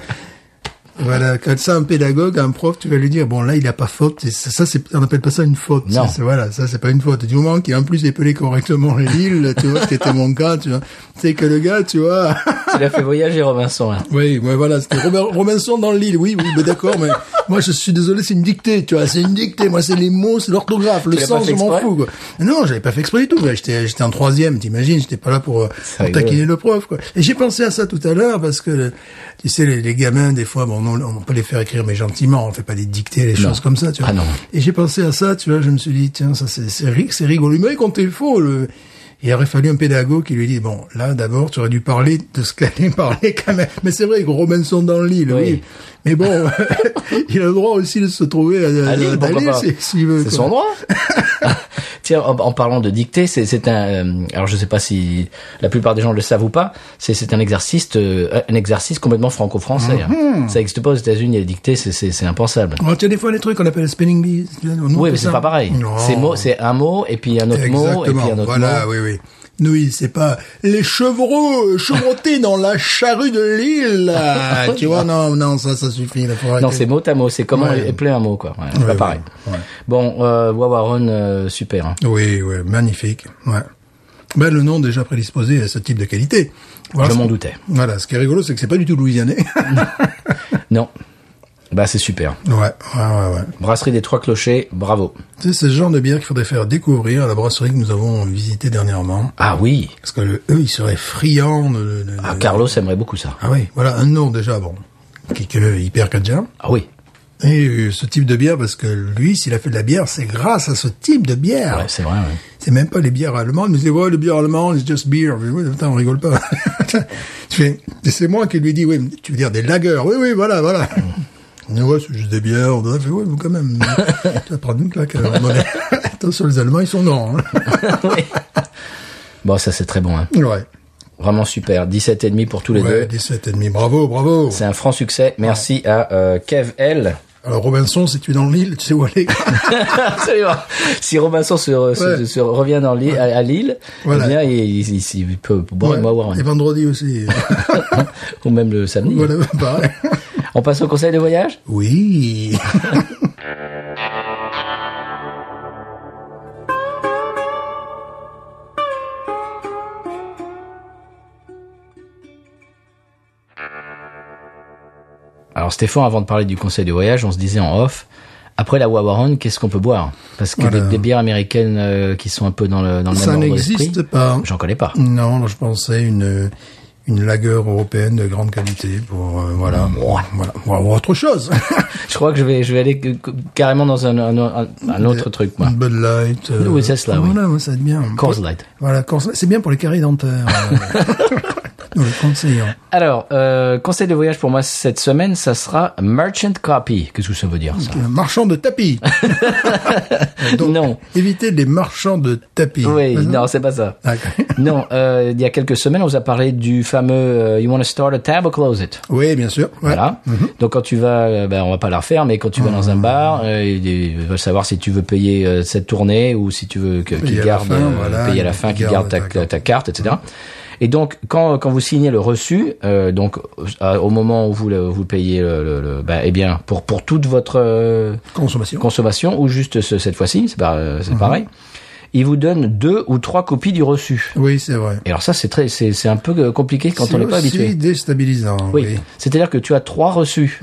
Speaker 3: Voilà, quand ça, un pédagogue, un prof, tu vas lui dire, bon, là, il a pas faute. Et ça, ça, c'est, on n'appelle pas ça une faute.
Speaker 2: Non.
Speaker 3: Ça, c'est- voilà, ça, c'est pas une faute. Du moment qu'il a en plus épelé correctement l'île, tu vois, ce qui était mon cas, tu vois. C'est que le gars, tu vois.
Speaker 2: Tu l'as fait voyager Robinson. hein.
Speaker 3: Oui, ouais, voilà, c'était Robert- Robinson dans l'île. Oui, oui, mais d'accord, mais moi je suis désolé, c'est une dictée, tu vois, c'est une dictée. Moi, c'est les mots, c'est l'orthographe, le
Speaker 2: Tu l'as pas
Speaker 3: sens,
Speaker 2: fait
Speaker 3: je m'en
Speaker 2: exprès
Speaker 3: fous. Quoi. Non, j'avais pas fait exprès du tout. quoi. J'étais, j'étais en troisième, t'imagines, j'étais pas là pour, euh,
Speaker 2: Ça
Speaker 3: pour
Speaker 2: rigole.
Speaker 3: taquiner le prof. Quoi. Et j'ai pensé à ça tout à l'heure parce que euh, tu sais, les, les gamins, des fois, bon, on, on peut les faire écrire mais gentiment, on fait pas des dictées, des choses comme ça, tu vois.
Speaker 2: Ah non.
Speaker 3: Et j'ai pensé à ça, tu vois, je me suis dit, tiens, ça c'est c'est ri- c'est rigolo. Mais quand t'es faux, le... il aurait fallu un pédagogue qui lui dit, bon, là d'abord, tu aurais dû parler de ce qu'elle allait parler quand même. Mais c'est vrai que Robinson dans l'île, oui.
Speaker 2: Oui.
Speaker 3: Mais bon, il a le droit aussi de se trouver à,
Speaker 2: À Lille, pourquoi pas.
Speaker 3: Euh, si- s'il veut.
Speaker 2: C'est
Speaker 3: quoi.
Speaker 2: son droit. Tiens, en, en parlant de dictée, c'est- c'est un. euh, alors, je sais pas si la plupart des gens le savent ou pas. C'est c'est un exercice, euh, un exercice complètement franco-français. hein.
Speaker 3: Mm-hmm.
Speaker 2: Ça n'existe pas aux États-Unis. La dictée, c'est- c'est c'est impensable.
Speaker 3: Alors, tu as des fois les trucs qu'on appelle spelling bees. tu vois, nous, on
Speaker 2: oui,
Speaker 3: fait
Speaker 2: mais c'est
Speaker 3: ça.
Speaker 2: pas pareil.
Speaker 3: Non.
Speaker 2: C'est mot- C'est un mot et puis un autre mot et
Speaker 3: Exactement.
Speaker 2: puis un autre
Speaker 3: voilà,
Speaker 2: mot.
Speaker 3: oui, oui. Nous, il- c'est pas les chevreaux euh, chevrotés dans la charrue de l'île. là. tu vois, non, non, ça, ça suffit. là, faut
Speaker 2: Non,
Speaker 3: arrêter.
Speaker 2: c'est mot à mot. C'est comment
Speaker 3: Ouais.
Speaker 2: épeler un mot, quoi. Ouais, c'est
Speaker 3: Ouais,
Speaker 2: pas
Speaker 3: ouais,
Speaker 2: pareil.
Speaker 3: ouais.
Speaker 2: Bon, euh, Wawaron, euh, super. hein.
Speaker 3: Oui, oui, magnifique. Ouais. Ben, le nom déjà prédisposé à ce type de qualité. Voilà,
Speaker 2: Je
Speaker 3: ce-
Speaker 2: m'en doutais.
Speaker 3: Voilà, ce qui est rigolo, c'est que c'est pas du tout louisianais.
Speaker 2: Non. Bah, c'est super.
Speaker 3: ouais, ouais, ouais, ouais.
Speaker 2: Brasserie des Trois Clochers, bravo.
Speaker 3: C'est ce genre de bière qu'il faudrait faire découvrir à la brasserie que nous avons visitée dernièrement.
Speaker 2: Ah oui.
Speaker 3: Parce que le- E, eux, ils seraient friands de... de- de-
Speaker 2: Ah, Carlos aimerait beaucoup ça.
Speaker 3: Ah oui, voilà, un nom déjà, bon, qui qui est hyper cadien.
Speaker 2: Ah oui.
Speaker 3: Et euh, ce type de bière, parce que lui, s'il a fait de la bière, c'est grâce à ce type de bière.
Speaker 2: Ouais, c'est vrai, ouais.
Speaker 3: C'est- c'est même pas les bières allemandes. Mais c'est ouais, les bières allemandes, it's just beer. Je dis, ouais, putain, on rigole pas. tu fais, et c'est moi qui lui dis, oui, mais tu veux dire des lagers. Oui, oui, voilà, voilà. Il dit, Ouais, c'est juste des bières. Je fais, ouais, vous quand même. tu vas prendre une claque. euh, alors. Bon, mais, Attention, les Allemands, ils sont grands. hein.
Speaker 2: Bon, ça c'est très bon. hein.
Speaker 3: Ouais.
Speaker 2: Vraiment super. 17,5 pour tous les
Speaker 3: Ouais,
Speaker 2: deux.
Speaker 3: 17 et demi. Bravo, bravo.
Speaker 2: C'est un franc succès. Merci à euh, Kev L.
Speaker 3: Alors, Robinson, si tu es dans le Lille, tu sais où aller.
Speaker 2: Absolument. Si Robinson se, se-
Speaker 3: Ouais.
Speaker 2: se revient dans Lille- à, à Lille,
Speaker 3: Voilà.
Speaker 2: eh bien, il, il- il- il peut boire
Speaker 3: Ouais.
Speaker 2: une Mauer,
Speaker 3: Et vendredi aussi.
Speaker 2: ou même le samedi. hein.
Speaker 3: voilà, pareil.
Speaker 2: On passe au conseil de voyage
Speaker 3: Oui.
Speaker 2: Alors Stéphane, avant de parler du conseil de voyage, on se disait en off, après la Wawaron, qu'est-ce qu'on peut boire Parce que
Speaker 3: Voilà.
Speaker 2: des, des bières américaines euh, qui sont un peu dans le, dans le
Speaker 3: Ça
Speaker 2: même ordre
Speaker 3: n'existe
Speaker 2: d'esprit,
Speaker 3: pas.
Speaker 2: j'en connais pas.
Speaker 3: Non, alors je pensais une une lagueur européenne de grande qualité pour euh, voilà, voilà, on va avoir autre chose.
Speaker 2: Je crois que je vais, je vais aller que- que- carrément dans un, un- un- un autre truc. moi.
Speaker 3: Une Bud Light. euh,
Speaker 2: Oui, c'est cela, oui.
Speaker 3: Voilà, ouais, ça va être bien.
Speaker 2: Mm. Coors Light.
Speaker 3: Voilà, Coors Light, c'est bien pour les caries dentaires. euh. Nous le conseillons.
Speaker 2: Alors, euh, conseil de voyage pour moi cette semaine, ça sera Merchant Copy. Qu'est-ce que ça veut dire ça
Speaker 3: Un marchand de tapis. Donc,
Speaker 2: Non.
Speaker 3: Évitez les marchands de tapis. Hein Ah,
Speaker 2: Oui,
Speaker 3: Vas-y.
Speaker 2: non, c'est pas ça.
Speaker 3: D'accord.
Speaker 2: Non, euh, il y a quelques semaines, on vous a parlé du fameux euh, You want to start a tab or close it.
Speaker 3: Oui, bien sûr. ouais. Mhm.
Speaker 2: Voilà. Donc quand tu vas, euh, ben on va pas la refaire, mais quand tu vas dans un bar, euh, ils ils veulent savoir si tu veux payer euh, cette tournée ou si tu veux que
Speaker 3: Payer à
Speaker 2: qu'ils
Speaker 3: la
Speaker 2: gardent,
Speaker 3: fin,
Speaker 2: euh,
Speaker 3: voilà,
Speaker 2: payer à la fin,
Speaker 3: qu'ils
Speaker 2: qu'ils gardent
Speaker 3: gardent
Speaker 2: ta,
Speaker 3: ta
Speaker 2: ta
Speaker 3: carte. Mhm.
Speaker 2: carte, etc. Et donc quand quand vous signez le reçu, euh, donc euh, au moment où vous le- vous payez le, le, le- ben, eh bien pour pour toute votre euh,
Speaker 3: Consommation.
Speaker 2: consommation ou juste ce- cette fois-ci, c'est pas euh,
Speaker 3: Mhm.
Speaker 2: c'est pareil, ils vous donnent deux ou trois copies du reçu.
Speaker 3: Oui, c'est vrai.
Speaker 2: Et alors ça c'est très c'est c'est un peu euh, compliqué quand on n'est pas
Speaker 3: aussi
Speaker 2: habitué.
Speaker 3: déstabilisant.
Speaker 2: Oui.
Speaker 3: Oui. Mhm.
Speaker 2: C'est-à-dire que tu as trois reçus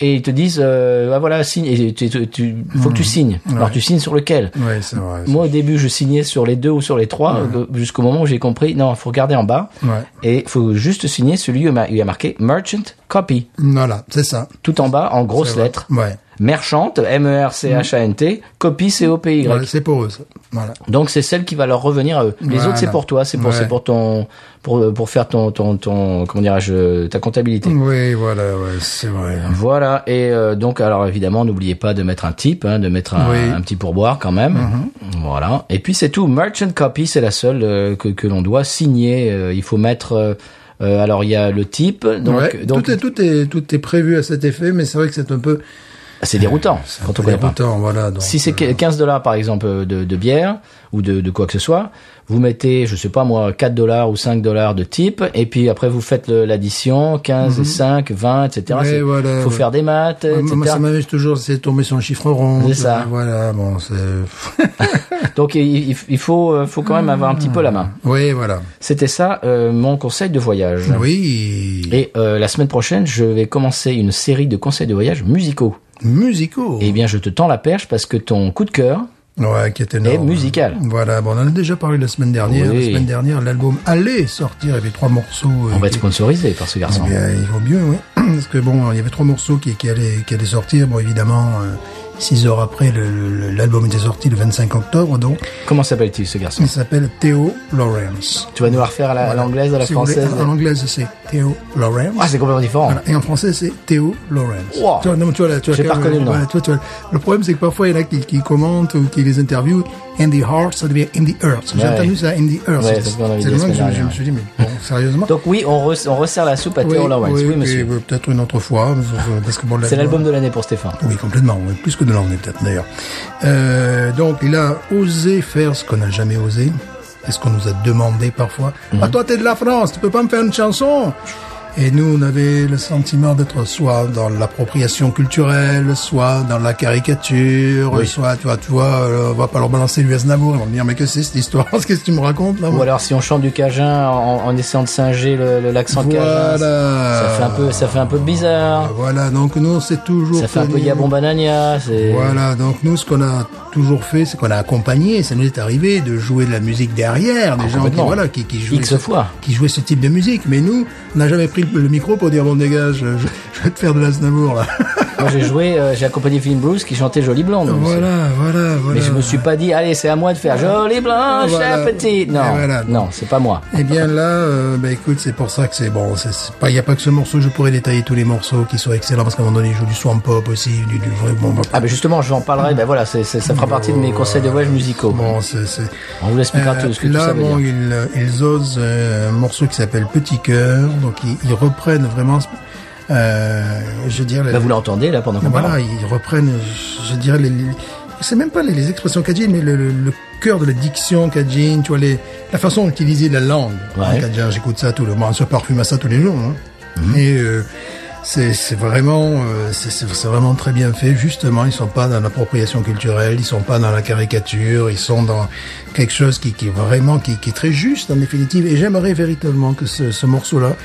Speaker 2: et ils te disent euh, ah voilà signe et tu, tu- tu- faut
Speaker 3: Mhm.
Speaker 2: que tu signes. Alors tu signes sur lequel
Speaker 3: Oui, c'est vrai.
Speaker 2: Moi au début je signais sur les deux ou sur les trois euh, jusqu'au moment où j'ai compris non faut regarder en bas
Speaker 3: Ouais.
Speaker 2: et faut juste signer celui où il y a- il y a marqué merchant copy
Speaker 3: Voilà, c'est ça.
Speaker 2: tout en bas en grosses
Speaker 3: C'est vrai. Mhm.
Speaker 2: lettres
Speaker 3: Ouais.
Speaker 2: merchant M E R C H A N T copy C O P Y
Speaker 3: Voilà, c'est pour eux. ça. Voilà.
Speaker 2: donc c'est celle qui va leur revenir à eux. Les
Speaker 3: Voilà.
Speaker 2: autres c'est pour toi, c'est pour
Speaker 3: Ouais.
Speaker 2: c'est pour ton pour pour faire ton ton ton comment dirais-je euh, ta comptabilité.
Speaker 3: Oui, voilà, ouais, c'est vrai.
Speaker 2: Voilà, et euh, donc alors évidemment n'oubliez pas de mettre un tip, hein, de mettre un,
Speaker 3: Oui. Mm-hmm.
Speaker 2: un petit pourboire quand même. Voilà, et puis c'est tout. Merchant copy, c'est la seule euh, que, que l'on doit signer. Euh, il faut mettre. euh, euh, alors il y a le type, donc euh,
Speaker 3: Ouais,
Speaker 2: donc
Speaker 3: tout, est, tout, est, tout est prévu à cet effet, mais c'est vrai que c'est un peu,
Speaker 2: c'est déroutant
Speaker 3: c'est un
Speaker 2: quand
Speaker 3: peu
Speaker 2: on connaît pas.
Speaker 3: déroutant, Voilà, donc,
Speaker 2: Si c'est
Speaker 3: euh,
Speaker 2: que- 15 dollars par exemple euh, de, de bière ou de, de quoi que ce soit, vous mettez, je sais pas moi, 4 dollars ou 5 dollars de type, et puis après vous faites le- l'addition, 15 et 5, 20, etc.
Speaker 3: Mm-hmm. Ouais,
Speaker 2: C'est-
Speaker 3: voilà,
Speaker 2: faut
Speaker 3: ouais.
Speaker 2: faire des maths,
Speaker 3: moi,
Speaker 2: etc.
Speaker 3: moi, ça m'amuse toujours, c'est tomber sur un chiffre rond.
Speaker 2: C'est ça.
Speaker 3: Voilà, bon, c'est...
Speaker 2: Donc il, il- il faut, euh, faut quand même avoir un petit peu la main.
Speaker 3: oui, voilà.
Speaker 2: C'était ça euh, mon conseil de voyage.
Speaker 3: Oui.
Speaker 2: Et euh, la semaine prochaine, je vais commencer une série de conseils de voyage musicaux.
Speaker 3: Oh. Musicaux.
Speaker 2: Eh bien, je te tends la perche parce que ton coup de cœur,
Speaker 3: Ouais, qui est
Speaker 2: Et
Speaker 3: énorme.
Speaker 2: musical.
Speaker 3: Voilà, bon, on en a déjà parlé la semaine dernière.
Speaker 2: Oui.
Speaker 3: La semaine dernière, l'album allait sortir, il y avait trois morceaux. euh,
Speaker 2: on va être
Speaker 3: qui-
Speaker 2: sponsorisé par ce garçon.
Speaker 3: Eh bien, il vaut mieux, oui. Parce que bon, il y avait trois morceaux qui, qui, allaient, qui allaient sortir. Bon, évidemment, euh, six heures après, le- le- l'album était sorti le 25 octobre, donc.
Speaker 2: Comment s'appelle-t-il ce garçon
Speaker 3: Il s'appelle Theo Lawrence.
Speaker 2: Tu vas nous la refaire à la- à
Speaker 3: Voilà.
Speaker 2: l'anglaise, à la
Speaker 3: Si vous voulez,
Speaker 2: française
Speaker 3: En anglais, c'est Theo Lawrence.
Speaker 2: Ah, c'est complètement différent.
Speaker 3: Voilà. Et en français, c'est Théo Lawrence.
Speaker 2: Wow.
Speaker 3: Tu vois, non, mais tu vois, là, tu vois,
Speaker 2: J'ai
Speaker 3: quand
Speaker 2: pas
Speaker 3: même,
Speaker 2: reconnu le nom.
Speaker 3: voilà, tu vois, tu vois, le problème, c'est que parfois, il y en a qui, qui commentent ou qui les interviewent. In the heart, ça devient in the earth. J'ai
Speaker 2: Ouais.
Speaker 3: entendu ça, in the earth.
Speaker 2: Ouais,
Speaker 3: C'est-
Speaker 2: c'est ce qu'on avait dit
Speaker 3: c'est le
Speaker 2: la
Speaker 3: moment que je,
Speaker 2: semaine
Speaker 3: me- je me suis dit, mais bon, sérieusement.
Speaker 2: Donc oui, on, re- on resserre la soupe à
Speaker 3: Oui,
Speaker 2: Theo Lawrence.
Speaker 3: oui,
Speaker 2: Oui,
Speaker 3: oui,
Speaker 2: monsieur.
Speaker 3: oui, peut-être une autre fois. Parce que bon,
Speaker 2: C'est l'album de l'année pour Stéphane.
Speaker 3: oui, complètement. oui, Plus que de l'année, peut-être, d'ailleurs. Euh, donc, il a osé faire ce qu'on n'a jamais osé. Et ce qu'on nous a demandé parfois.
Speaker 2: Mhm.
Speaker 3: Ah, toi, t'es de la France, tu peux pas me faire une chanson Et nous, on avait le sentiment d'être soit dans l'appropriation culturelle, soit dans la caricature, soit, tu vois, tu vois, euh, on va pas leur balancer du Aznavour, ils vont me dire, mais que c'est cette histoire Qu'est-ce que tu me racontes, là
Speaker 2: Ou alors si on chante du cajun en, en essayant de singer le- le- l'accent
Speaker 3: Voilà.
Speaker 2: cajun, ça fait un peu, ça fait un peu bizarre.
Speaker 3: Voilà, donc nous, c'est toujours...
Speaker 2: Ça fait un peu
Speaker 3: tenu-
Speaker 2: Yabon Banania. c'est-
Speaker 3: Voilà, donc nous, ce qu'on a toujours fait, c'est qu'on a accompagné, ça nous est arrivé de jouer de la musique derrière, des gens qui,
Speaker 2: Ah, complètement.
Speaker 3: voilà, qui, qui, jouaient
Speaker 2: X
Speaker 3: ce,
Speaker 2: fois.
Speaker 3: qui jouaient ce type de musique. Mais nous, on n'a jamais pris pris le, le micro pour dire bon dégage, je, je vais te faire de l'Aznavour là.
Speaker 2: Moi, j'ai joué, euh, j'ai accompagné Philip Bruce qui chantait Jolie Blonde. donc c'est-
Speaker 3: voilà, voilà, voilà.
Speaker 2: Mais je me suis pas dit, allez, c'est à moi de faire Jolie Blanche
Speaker 3: Voilà.
Speaker 2: la petite. Non,
Speaker 3: Et voilà.
Speaker 2: non, c'est pas moi.
Speaker 3: Eh bien là, euh, bah écoute, c'est pour ça que c'est bon. c'est- c'est pas- Il n'y a pas que ce morceau. Je pourrais détailler tous les morceaux qui sont excellents parce qu'à un moment donné, il joue du swamp pop aussi, du, du vrai bon.
Speaker 2: Ah ben justement, je vous en parlerai. Ben voilà, c'est- c'est- ça fera partie de mes conseils de voyage musicaux.
Speaker 3: Bon, c'est. c'est-
Speaker 2: On vous l'expliquera
Speaker 3: Euh,
Speaker 2: tout ce que tout
Speaker 3: là,
Speaker 2: ça veut
Speaker 3: bon,
Speaker 2: dire.
Speaker 3: ils, euh, ils osent euh, un morceau qui s'appelle Petit Cœur, donc ils, ils reprennent vraiment, euh, je dirais,
Speaker 2: Ben, vous l'entendez là pendant qu'on
Speaker 3: voilà,
Speaker 2: parle.
Speaker 3: ils reprennent, je dirais, les, les- c'est même pas les, les expressions kadjines, mais le, le- le cœur de la diction kadjine, tu vois, les, la façon d'utiliser la langue
Speaker 2: Ouais.
Speaker 3: en kadjin. J'écoute ça tout le monde se parfume à ça tous les jours. hein.
Speaker 2: Mhm.
Speaker 3: Et euh, c'est c'est vraiment, euh, c'est- c'est c'est vraiment très bien fait. Justement, ils sont pas dans l'appropriation culturelle, ils sont pas dans la caricature, ils sont dans quelque chose qui, qui est vraiment, qui, qui est très juste en définitive. Et j'aimerais véritablement que ce, ce morceau-là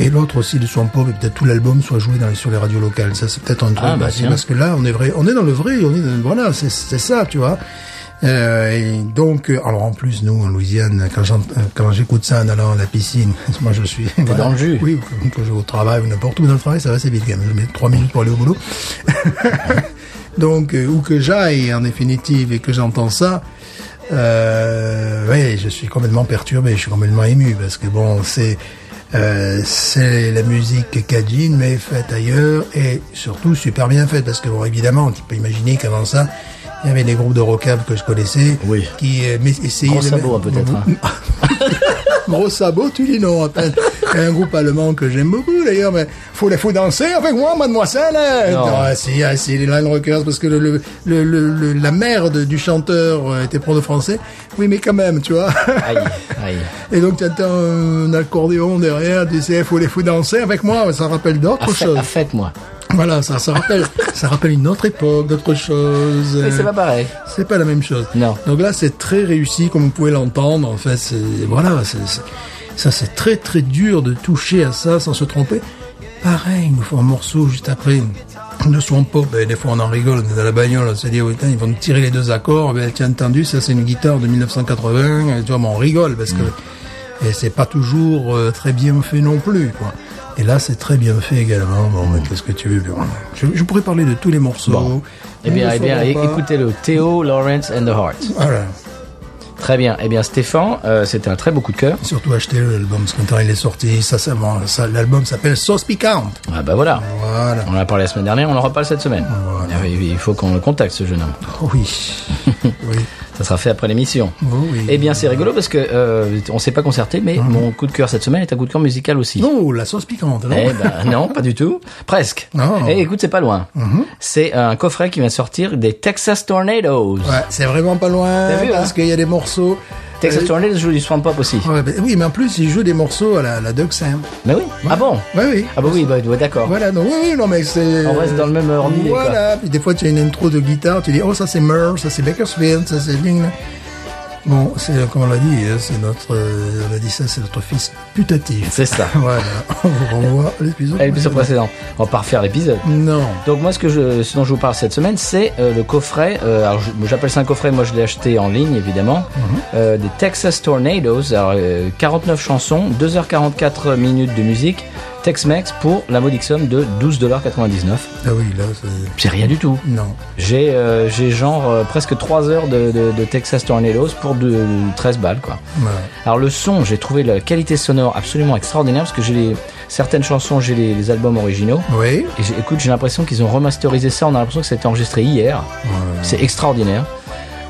Speaker 3: et l'autre aussi de son pauvre et peut-être tout l'album soit joué dans, les- sur les radios locales. Ça, c'est peut-être un truc.
Speaker 2: Ah, bah,
Speaker 3: aussi,
Speaker 2: tiens.
Speaker 3: parce que là, on est vrai, on est dans le vrai. On est dans- voilà, c'est c'est ça, tu vois. Euh, et donc, euh, alors en plus, nous en Louisiane, quand j'ent- euh, quand j'écoute ça en allant à la piscine, moi je suis
Speaker 2: dans le jus.
Speaker 3: Oui, ou que- que je vais au travail ou n'importe où dans le travail, ça va assez vite quand même. Je mets trois minutes pour aller au boulot. donc, euh, où que j'aille en définitive et que j'entends ça, euh, ouais, je suis complètement perturbé, je suis complètement ému parce que bon, c'est euh, c'est la musique Kajin mais faite ailleurs et surtout super bien faite parce que bon, évidemment, tu peux imaginer qu'avant ça, il y avait des groupes de rockab que je connaissais
Speaker 2: Oui.
Speaker 3: qui euh, mais essayaient
Speaker 2: Gros
Speaker 3: de
Speaker 2: sabot, hein,
Speaker 3: mettre-
Speaker 2: peut-être. hein.
Speaker 3: Gros sabot, tu dis non à peine. Et un groupe allemand que j'aime beaucoup d'ailleurs, mais faut, faut danser avec moi, mademoiselle.
Speaker 2: Non.
Speaker 3: Ah, si, ah, si, les Line Rockers, parce que le, le, le, le- le- la mère de- du chanteur euh, était prof de français. Oui, mais quand même, tu vois.
Speaker 2: Aïe, aïe.
Speaker 3: Et donc, tu entends un accordéon derrière, tu sais, faut les faut danser avec moi, ça rappelle d'autres choses.
Speaker 2: Ah, Faites-moi.
Speaker 3: Voilà, ça, ça rappelle, ça rappelle une autre époque, d'autres choses.
Speaker 2: Mais c'est
Speaker 3: Euh,
Speaker 2: pas pareil.
Speaker 3: c'est pas la même chose.
Speaker 2: Non.
Speaker 3: Donc là, c'est très réussi, comme vous pouvez l'entendre. En fait, c'est, voilà, c'est, c'est- ça, c'est très très dur de toucher à ça sans se tromper. Pareil, ils nous font un morceau juste après de son pop. Et ben, des fois, on en rigole, on est dans la bagnole, on se dit, oh, putain, ils vont nous tirer les deux accords. Mais tiens, entendu, ça, c'est une guitare de 1980. Et tu vois, mais on rigole parce que
Speaker 2: Mm.
Speaker 3: et c'est pas toujours euh, très bien fait non plus. Quoi. Et là, c'est très bien fait également. Bon, mais qu'est-ce que tu veux bon, je, je pourrais parler de tous les morceaux.
Speaker 2: Bon. Eh bien,
Speaker 3: Mais
Speaker 2: eh
Speaker 3: il
Speaker 2: bien,
Speaker 3: faudra
Speaker 2: é-
Speaker 3: pas.
Speaker 2: écoutez-le. Théo, Lawrence and the Heart.
Speaker 3: Voilà.
Speaker 2: Très bien. Eh bien, Stéphane, euh, c'était un très beau coup de cœur.
Speaker 3: Surtout acheter l'album, parce que quand il est sorti, ça, ça, bon, ça- l'album s'appelle Sauce Piquante.
Speaker 2: Ah bah voilà.
Speaker 3: Voilà.
Speaker 2: On en a parlé la semaine dernière, on en reparle cette semaine. Eh oui, Il faut qu'on le contacte, ce jeune homme.
Speaker 3: Oh Oui. oui.
Speaker 2: Ça sera fait après l'émission.
Speaker 3: Oui, oui.
Speaker 2: Eh bien, c'est rigolo parce que euh, on s'est pas concerté, mais mon coup de cœur cette semaine est un coup de cœur musical aussi.
Speaker 3: Non, Oh, la sauce piquante, non
Speaker 2: Eh ben non, pas du tout. Presque.
Speaker 3: Non. Mhm.
Speaker 2: Eh écoute, c'est pas loin. C'est un coffret qui vient de sortir des Texas Tornadoes.
Speaker 3: Ouais, c'est vraiment pas loin,
Speaker 2: T'as vu,
Speaker 3: parce
Speaker 2: hein
Speaker 3: qu'il y a des morceaux.
Speaker 2: Texas
Speaker 3: Euh,
Speaker 2: Tornadoes joue du swamp pop aussi.
Speaker 3: ouais, ben oui, mais en plus, il joue des morceaux à la, la Doug Sam.
Speaker 2: Mais oui. Ah bon
Speaker 3: Ouais, oui.
Speaker 2: Ah bah oui, bah, ouais, d'accord.
Speaker 3: Voilà, donc oui, oui, non, mais c'est.
Speaker 2: On reste dans le même ordre d'idée,
Speaker 3: Voilà, puis des fois, tu as une intro de guitare, tu dis, oh, ça c'est Murr, ça c'est Bakersfield, ça c'est Ling. Bon, c'est, comme on l'a dit, hein, c'est notre, euh, on a dit ça, c'est notre fils putatif.
Speaker 2: C'est ça.
Speaker 3: Voilà, on vous renvoie à l'épisode.
Speaker 2: Eh, L'épisode précédent. On va pas refaire l'épisode.
Speaker 3: Non.
Speaker 2: Donc moi, ce, que je, ce dont je vous parle cette semaine, c'est euh, le coffret. euh, alors je- j'appelle ça un coffret. Moi, je l'ai acheté en ligne, évidemment. Euh, des Texas Tornadoes. Alors, euh, 49 chansons, 2h44 minutes de musique. Tex-Mex pour la modique somme de 12,99$.
Speaker 3: Ah oui, là, c'est...
Speaker 2: C'est rien du tout.
Speaker 3: Non.
Speaker 2: J'ai euh, j'ai genre euh, presque 3 heures de, de- de Texas Tornadoes pour de, 13 balles, quoi.
Speaker 3: Voilà.
Speaker 2: Alors le son, j'ai trouvé la qualité sonore absolument extraordinaire parce que j'ai les- certaines chansons, j'ai les- les albums originaux.
Speaker 3: Oui.
Speaker 2: Et j'ai- écoute, j'ai l'impression qu'ils ont remasterisé ça. On a l'impression que c'était enregistré hier. C'est extraordinaire.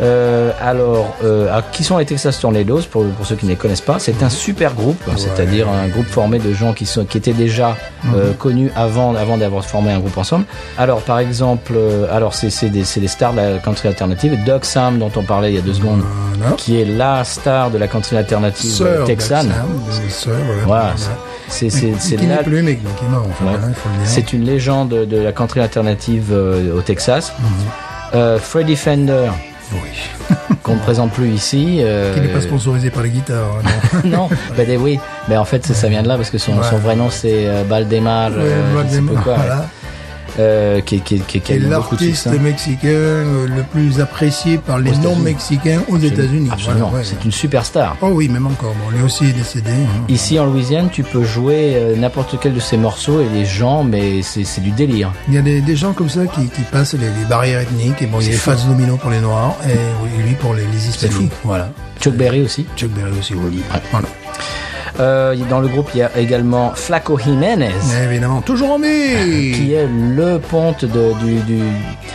Speaker 2: Euh, alors, euh, alors, qui sont les Texas Tornadoes pour, pour ceux qui ne les connaissent pas C'est un super groupe, c'est-à-dire un groupe formé de gens qui, sont, qui étaient déjà euh, connus avant, avant d'avoir formé un groupe ensemble. Alors, par exemple, euh, alors c'est c'est des, c'est des stars de la country alternative. Doug Sam, dont on parlait il y a deux secondes,
Speaker 3: Voilà.
Speaker 2: qui est la star de la country alternative
Speaker 3: Sœur.
Speaker 2: texane.
Speaker 3: d'Axam, c'est Sœur, voilà.
Speaker 2: Voilà, c'est c'est- c'est
Speaker 3: Il
Speaker 2: la
Speaker 3: est plus mec, donc il est mort, enfin,
Speaker 2: Ouais.
Speaker 3: voilà, il faut le dire.
Speaker 2: C'est une légende de la country alternative euh, au Texas.
Speaker 3: Mhm.
Speaker 2: Euh, Freddie Fender, Euh,
Speaker 3: Oui.
Speaker 2: qu'on ne présente plus ici. euh,
Speaker 3: Il n'est pas sponsorisé par les guitares, hein, non.
Speaker 2: non, bah, des- oui, mais en fait ça, ça vient de là parce que son,
Speaker 3: Ouais.
Speaker 2: son vrai nom c'est euh, Baldemar, euh, je ne sais plus quoi.
Speaker 3: Voilà.
Speaker 2: euh, qui, qui, qui, qui a
Speaker 3: Et
Speaker 2: eu beaucoup de
Speaker 3: l'artiste
Speaker 2: succès.
Speaker 3: mexicain euh, le plus apprécié par les
Speaker 2: Aux États-Unis.
Speaker 3: non-mexicains aux États-Unis.
Speaker 2: Absolument,
Speaker 3: Voilà, ouais.
Speaker 2: c'est une superstar.
Speaker 3: Oh oui, même encore. Bon, il est aussi décédé. hein.
Speaker 2: Ici en Louisiane, tu peux jouer euh, n'importe quel de ces morceaux et les gens, mais c'est c'est du délire.
Speaker 3: Il y a des, des gens comme ça qui, qui passent les, les barrières ethniques. Et bon, il y a Fats Domino pour les Noirs et oui, lui pour les, les
Speaker 2: fou.
Speaker 3: Hispaniques. Voilà.
Speaker 2: Chuck Berry aussi.
Speaker 3: Chuck Berry aussi, oui. Voilà.
Speaker 2: Euh, dans le groupe, il y a également Flaco Jiménez.
Speaker 3: Mais évidemment, toujours en
Speaker 2: qui
Speaker 3: mai
Speaker 2: est le ponte de, du, du-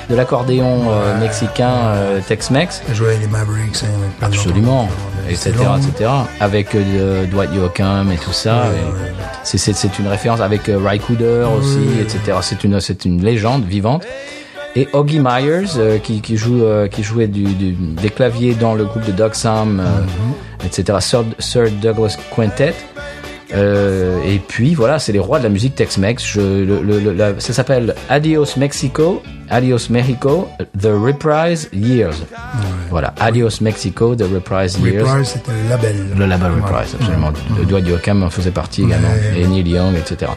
Speaker 2: de l'accordéon euh, mexicain euh, Tex-Mex.
Speaker 3: Jouer les Mavericks. hein, avec plein de gens.
Speaker 2: Absolument,
Speaker 3: Ouais,
Speaker 2: etc.,
Speaker 3: c'est long.
Speaker 2: etc. Avec euh, Dwight Yoakam et tout ça.
Speaker 3: Ouais,
Speaker 2: et
Speaker 3: ouais.
Speaker 2: c'est- C'est c'est une référence avec euh, Ry Cooder aussi, etc. C'est une, c'est une légende vivante. Et Oggy Myers, euh, qui, qui, joue, euh, qui jouait du, du- des claviers dans le groupe de Doug Sam, euh,
Speaker 3: Mm-hmm.
Speaker 2: etc. Sir, Sir Douglas Quintet. Euh, et puis voilà, c'est les rois de la musique Tex-Mex. Je- le- le- le- la- Ça s'appelle Adios Mexico, Adios Mexico, The Reprise Years. Voilà, Adios Mexico, The Reprise Years.
Speaker 3: Reprise, c'était le label.
Speaker 2: Le label
Speaker 3: Voilà.
Speaker 2: Reprise, absolument. Le doigt de Yoakam en faisait partie également.
Speaker 3: Ouais. Mhm.
Speaker 2: Et Neil Young, etc.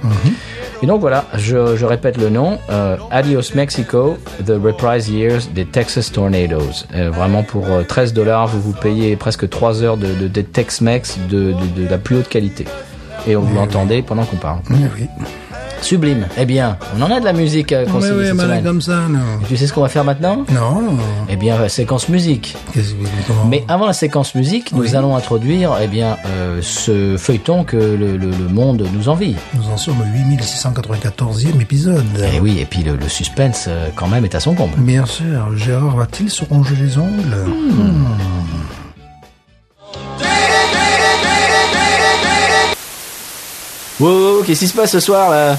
Speaker 2: Et donc voilà, je, je répète le nom. euh, Adios Mexico, The Reprise Years des Texas Tornadoes. Euh, vraiment pour euh, 13 dollars, vous vous payez presque 3 heures de, de, de Tex-Mex de, de- de la plus haute qualité. Et on vous l'entendez pendant qu'on parle.
Speaker 3: Oui, oui.
Speaker 2: Sublime. Eh bien, on en a de la musique euh, qu'on
Speaker 3: Oui,
Speaker 2: s'est-
Speaker 3: oui,
Speaker 2: cette
Speaker 3: mais
Speaker 2: semaine.
Speaker 3: comme ça, non.
Speaker 2: Tu sais ce qu'on va faire maintenant
Speaker 3: Non, non.
Speaker 2: Eh bien, euh, séquence musique.
Speaker 3: Qu'est-ce que- comment-
Speaker 2: Mais avant la séquence musique, nous allons introduire eh bien, euh, ce feuilleton que le, le- le monde nous envie.
Speaker 3: Nous en sommes au 8694e épisode.
Speaker 2: Et Eh oui, et puis le, le suspense euh, quand même est à son comble.
Speaker 3: Bien sûr, Gérard va-t-il se ronger les ongles
Speaker 2: Wow, qu'est-ce qui se passe ce soir là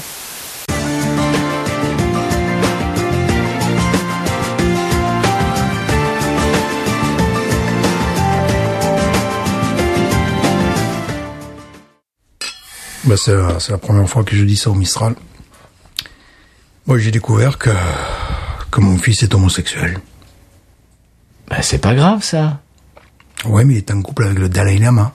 Speaker 3: Bah, c'est, la- c'est la première fois que je dis ça au Mistral. Moi, j'ai découvert que, que mon fils est homosexuel.
Speaker 2: bah, C'est pas grave ça.
Speaker 3: Ouais, mais il est en couple avec le Dalai Lama.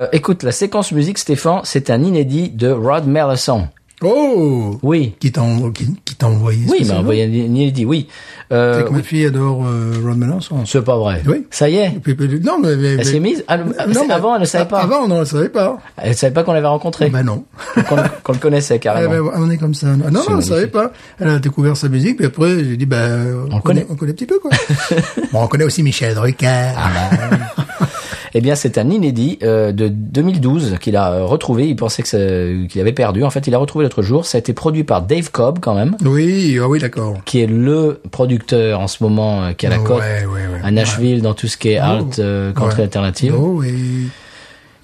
Speaker 2: Euh, écoute, la séquence musique, Stéphane, c'est un inédit de Rod Merleson.
Speaker 3: Oh
Speaker 2: Oui.
Speaker 3: Qui t'a, envo- qui, qui t'a envoyé
Speaker 2: Oui, il m'a
Speaker 3: spécialement
Speaker 2: envoyé un inédit, oui. Euh,
Speaker 3: C'est que ma fille adore euh, Rod Melanson.
Speaker 2: c'est pas vrai.
Speaker 3: Oui.
Speaker 2: Ça y est.
Speaker 3: Puis- puis- Non, mais... mais-
Speaker 2: Elle s'est mise Ah, non,
Speaker 3: Non, mais-
Speaker 2: Avant, Eh elle ne savait pas.
Speaker 3: Avant, non, elle ne savait pas.
Speaker 2: Elle savait pas qu'on l'avait rencontré.
Speaker 3: Ben non.
Speaker 2: Qu'on qu'on le connaissait
Speaker 3: Ah,
Speaker 2: carrément.
Speaker 3: ben, on est comme ça. Non, non,
Speaker 2: C'est
Speaker 3: non, on
Speaker 2: magnifique.
Speaker 3: savait pas. Elle a découvert sa musique, puis après, j'ai dit, ben, on,
Speaker 2: connaît.
Speaker 3: on connaît un petit peu, quoi. bon, on connaît aussi Michel Drucker.
Speaker 2: Ah. Eh bien, c'est un inédit euh, de 2012 qu'il a euh, retrouvé. Il pensait que c'est- qu'il avait perdu. En fait, il a retrouvé l'autre jour. Ça a été produit par Dave Cobb, quand même,
Speaker 3: Oui, ah oui, d'accord.
Speaker 2: qui est le producteur en ce moment euh, qui a la cote
Speaker 3: Ouais, ouais, ouais.
Speaker 2: à Nashville dans tout ce qui est alt, euh, country
Speaker 3: Ouais.
Speaker 2: alternative.
Speaker 3: Oh, oui.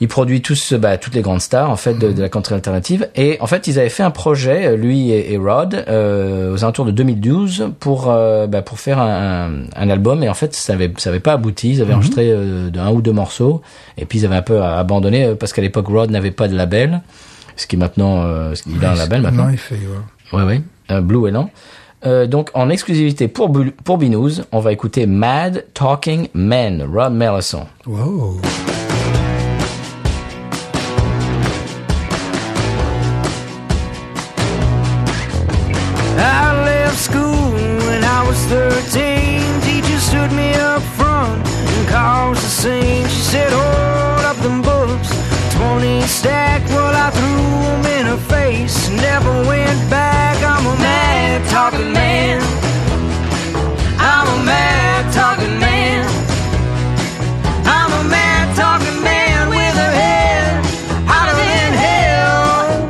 Speaker 2: Il produit tous, euh, bah, toutes les grandes stars en fait de, de la country alternative. Et en fait, ils avaient fait un projet, euh, lui et, et Rod, euh, aux alentours de 2012, pour euh, bah, pour faire un, un- un album. Et en fait, ça avait ça avait pas abouti. Ils avaient enregistré euh, de- un ou deux morceaux. Et puis ils avaient un peu abandonné euh, parce qu'à l'époque, Rod n'avait pas de label. Ce qui est maintenant, euh, ce qu'il a un label maintenant.
Speaker 3: Non, il fait, ouais.
Speaker 2: Oui, oui. Blue Elan. Euh, donc, en exclusivité pour, Bul- pour Binous, on va écouter Mad Talking Man, Rod Mellison.
Speaker 3: Wow.
Speaker 4: I left school when I was 13. Teacher stood me up front and caused a scene. She said, Hold up them books, 20 stack. Well, I threw them in her face and never went back. I'm a mad talking man. I'm a mad talking man. I'm a mad talking man with a head hotter than hell.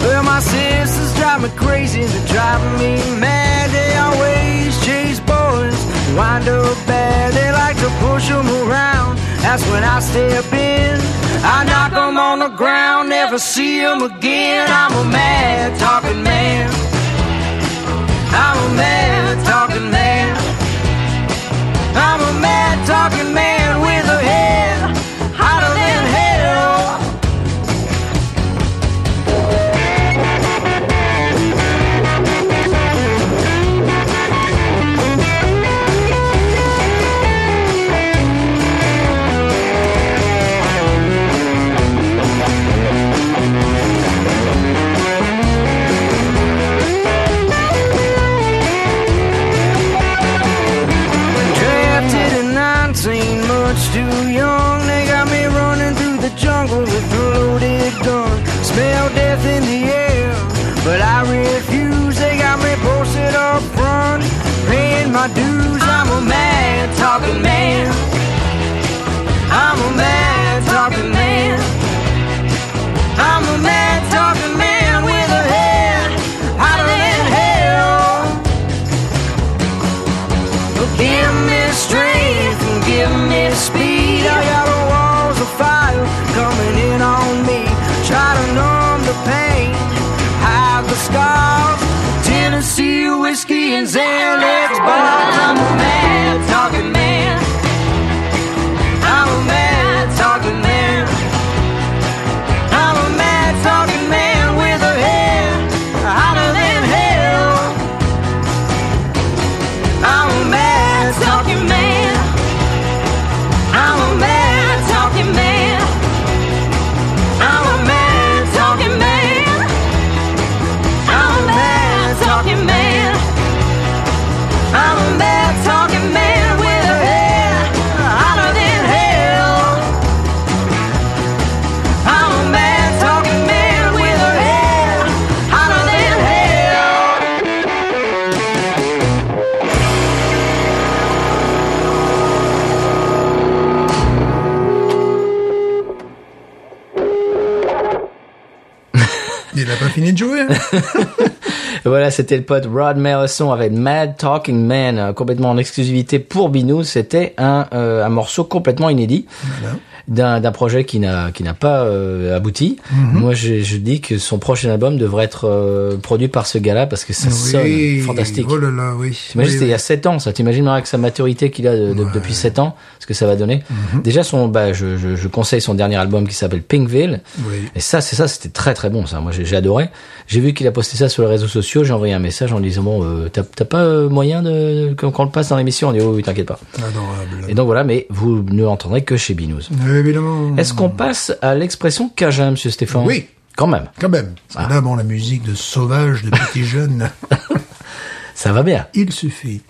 Speaker 4: Well, my sisters drive me crazy, they're driving me mad. They always chase boys, wind up bad. They like to push 'em around, that's when I step in. I knock 'em on the ground, never see 'em again. I'm a mad talking man. I'm a mad talking man. I'm a mad talking man with a head hotter than hell. breath in the air. But I refuse, they got me posted up front, paying my dues. I'm a mad talking man. I'm a mad talking man. I'm a mad talking man with a head hotter than hell. Well, give me strength and give me speed. I got the walls of fire coming in on me. Try to numb the pain, hide the scars. Tennessee whiskey and Xanax bar. I'm a mad talking man. I'm a mad talking man. I'm a mad talking man with a head hotter than hell. I'm a mad talking man. I'm a mad talking man. I'm a mad talking man. I'm a mad talking man. I'm a mad talking man with a head hotter than hell. I'm a mad talking man with a head hotter than hell.
Speaker 3: Il a pas fini de jouer. hein.
Speaker 2: Voilà, c'était le pote Rod Mellison avec Mad Talking Man, euh, complètement en exclusivité pour Binou. C'était un, euh, un morceau complètement inédit d'un d'un projet qui n'a qui n'a pas euh, abouti.
Speaker 3: Mhm.
Speaker 2: Moi, je, je dis que son prochain album devrait être euh, produit par ce gars-là parce que ça
Speaker 3: Oui.
Speaker 2: sonne fantastique.
Speaker 3: Oh là là, oui.
Speaker 2: T'imagines,
Speaker 3: Oui,
Speaker 2: c'était il y a 7 ans, ça. T'imagines, Marc, sa maturité qu'il a de- de- depuis 7 ans, ce que ça va donner.
Speaker 3: Mhm.
Speaker 2: Déjà, son, bah, je, je, je conseille son dernier album qui s'appelle Pinkville.
Speaker 3: Oui.
Speaker 2: Et ça, c'est ça, c'était très très bon, ça. Moi, j'ai j'ai adoré. J'ai vu qu'il a posté ça sur les réseaux sociaux. J'ai envoyé un message en disant, bon, euh, t'as t'as pas euh, moyen de, qu'on qu'on le passe dans l'émission? On dit, oh oui, t'inquiète pas.
Speaker 3: oui. Adorable.
Speaker 2: Et donc voilà, mais vous ne l'entendrez que chez Binous.
Speaker 3: Euh, évidemment.
Speaker 2: Est-ce qu'on passe à l'expression Kaja, monsieur Stéphane?
Speaker 3: Oui.
Speaker 2: Quand même.
Speaker 3: Quand même.
Speaker 2: Ah.
Speaker 3: Parce que là, bon, la musique de sauvage de petits jeunes,
Speaker 2: Ça va bien.
Speaker 3: il suffit.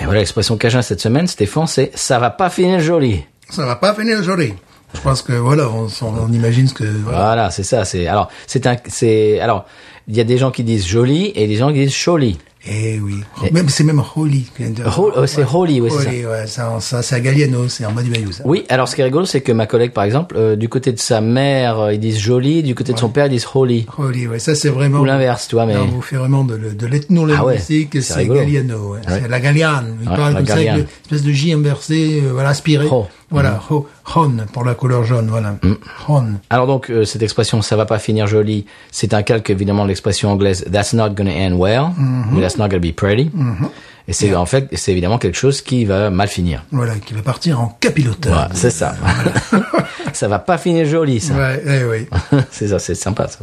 Speaker 2: Et voilà, l'expression Cajun cette semaine, Stéphane, c'est, ça va pas finir joli.
Speaker 3: Ça va pas finir aujourd'hui. Je pense que voilà, on, on- on imagine ce que. Voilà.
Speaker 2: Voilà, c'est ça. C'est alors c'est un c'est alors il y a des gens qui disent joli et des gens qui disent choli.
Speaker 3: Eh oui. Même c'est même holy.
Speaker 2: Ho- oh, c'est holy, oui, c'est
Speaker 3: Holy, ouais, ça, ça, c'est à Galliano, c'est en bas du Bayou, ça.
Speaker 2: Oui, alors ce qui est rigolo, c'est que ma collègue, par exemple, euh, du côté de sa mère, euh, ils disent joli, du côté de son père, ils disent holy.
Speaker 3: Holy, ouais, ça c'est vraiment.
Speaker 2: Ou l'inverse, tu vois, mais-
Speaker 3: Là, on vous fait vraiment de, le- de l'ethno-linguistique,
Speaker 2: Ah ouais, c'est
Speaker 3: c'est
Speaker 2: rigolo.
Speaker 3: Galliano, ouais.
Speaker 2: Ouais.
Speaker 3: C'est la Galliane. Il
Speaker 2: Ouais,
Speaker 3: parle
Speaker 2: la
Speaker 3: comme ça avec
Speaker 2: Galliane.
Speaker 3: une espèce de J inversé, euh, voilà, aspiré.
Speaker 2: Ho. Mm.
Speaker 3: Voilà, ho, hon, pour la couleur jaune, voilà. Hon.
Speaker 2: Alors donc euh, cette expression ça va pas finir joli, c'est un calque évidemment de l'expression anglaise that's not gonna end well,
Speaker 3: Mhm.
Speaker 2: ou that's not gonna be pretty. Et c'est en fait c'est évidemment quelque chose qui va mal finir.
Speaker 3: Voilà, qui va partir en capiloteur.
Speaker 2: Voilà, c'est ça. ça va pas finir joli ça.
Speaker 3: Ouais, eh oui.
Speaker 2: c'est ça, c'est sympa ça.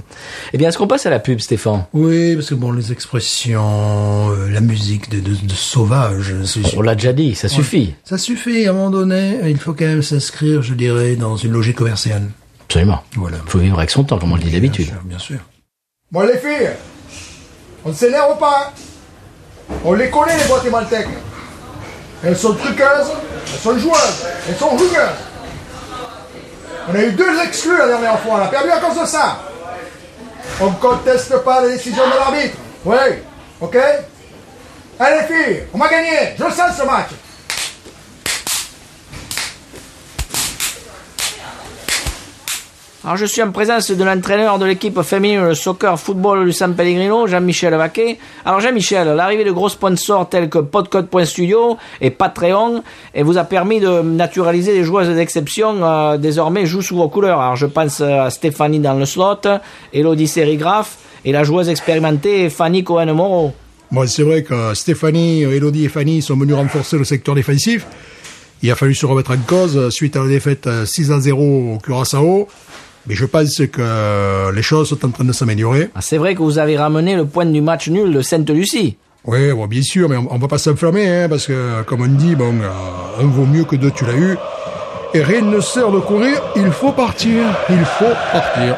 Speaker 2: Eh bien, est-ce qu'on passe à la pub Stéphane
Speaker 3: Oui, parce que bon, les expressions, euh, la musique de, de, de sauvage, c'est-
Speaker 2: On l'a déjà dit, ça suffit.
Speaker 3: ça suffit. À un moment donné, il faut quand même s'inscrire, je dirais, dans une logique commerciale.
Speaker 2: Absolument.
Speaker 3: Voilà.
Speaker 2: Faut vivre avec son temps, comme on le dit d'habitude.
Speaker 3: Bien sûr, bien sûr.
Speaker 5: Bon, les filles, on ne s'énerve pas. hein. On les connaît, les guatémaltèques. Elles sont truqueuses, elles sont joueuses, elles sont rugueuses. On a eu deux exclus la dernière fois, on a perdu à cause de ça. On ne conteste pas les décisions de l'arbitre. Oui, ok Allez, les filles, on va gagner. Je le sens ce match.
Speaker 6: Alors je suis en présence de l'entraîneur de l'équipe féminine de soccer football du San Pellegrino, Jean-Michel Vaquet. Alors Jean-Michel, l'arrivée de gros sponsors tels que Podcode.studio et Patreon et vous a permis de naturaliser des joueuses d'exception euh, désormais jouent sous vos couleurs. Alors je pense euh, à Stéphanie dans le slot, Elodie Sérigraphe et la joueuse expérimentée Fanny Cohen-Moreau.
Speaker 5: Bon, c'est vrai que Stéphanie, Elodie et Fanny sont venus renforcer le secteur défensif. Il a fallu se remettre en cause euh, suite à la défaite euh, 6 à 0 au Curaçao. Mais je pense que euh, les choses sont en train de s'améliorer.
Speaker 6: Ah, C'est vrai que vous avez ramené le point du match nul de Sainte-Lucie.
Speaker 5: Oui, bon, bien sûr, mais on, on va pas s'enflammer, hein, parce que, comme on dit, bon, euh, un vaut mieux que deux, tu l'as eu.
Speaker 7: Et rien ne sert de courir, il faut partir, il faut partir.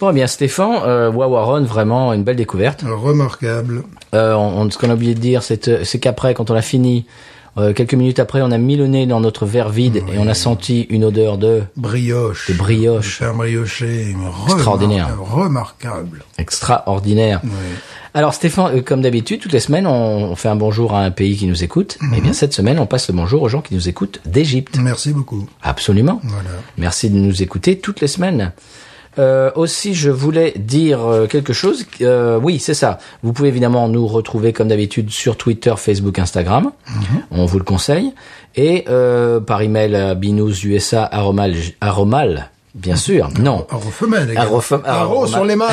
Speaker 2: Bon, eh bien, Stéphane, euh, Wawaron, vraiment une belle découverte.
Speaker 3: Remarquable.
Speaker 2: Euh, on, on- ce qu'on a oublié de dire, c'est euh, c'est qu'après, quand on a fini, euh, quelques minutes après, on a mis le nez dans notre verre vide et on a senti une odeur de
Speaker 3: Brioche.
Speaker 2: Des brioches.
Speaker 3: Un brioché. mais
Speaker 2: Extraordinaire.
Speaker 3: remarquable, Remarquable.
Speaker 2: extraordinaire. Alors Stéphane, euh, comme d'habitude, toutes les semaines, on, on fait un bonjour à un pays qui nous écoute. Eh bien, cette semaine, on passe le bonjour aux gens qui nous écoutent d'Égypte.
Speaker 3: Merci beaucoup.
Speaker 2: Absolument.
Speaker 3: Voilà.
Speaker 2: Merci de nous écouter toutes les semaines. Euh, aussi, je voulais dire euh, quelque chose. Euh, oui, c'est ça. Vous pouvez évidemment nous retrouver comme d'habitude sur Twitter, Facebook, Instagram.
Speaker 3: Mhm.
Speaker 2: On vous le conseille. Et euh, par email à binoususa aromal, aromal
Speaker 3: Mhm.
Speaker 2: bien sûr. Non.
Speaker 3: Aro femelle. les gars.
Speaker 2: Aro fem-
Speaker 3: Aro
Speaker 2: aro
Speaker 3: sur
Speaker 2: ma-
Speaker 3: les mâles.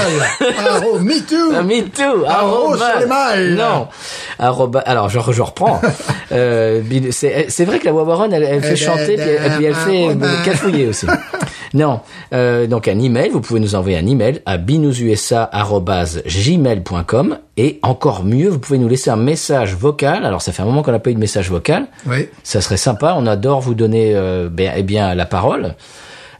Speaker 3: Aro me too.
Speaker 2: Ah, Me too.
Speaker 3: Arrow sur les mâles.
Speaker 2: Non. Arroba- alors, je, je reprends. Euh, bin- c'est c'est vrai que la Wawaron, elle, elle fait
Speaker 3: Eh ben,
Speaker 2: chanter, puis, elle-
Speaker 3: ben,
Speaker 2: puis elle fait
Speaker 3: arroba.
Speaker 2: euh, cafouiller aussi. non. Euh, donc, un email, vous pouvez nous envoyer un email à binoususa.gmail.com et encore mieux, vous pouvez nous laisser un message vocal. Alors, ça fait un moment qu'on n'a pas eu de message vocal.
Speaker 3: Oui.
Speaker 2: Ça serait sympa. On adore vous donner euh, ben, eh bien la parole.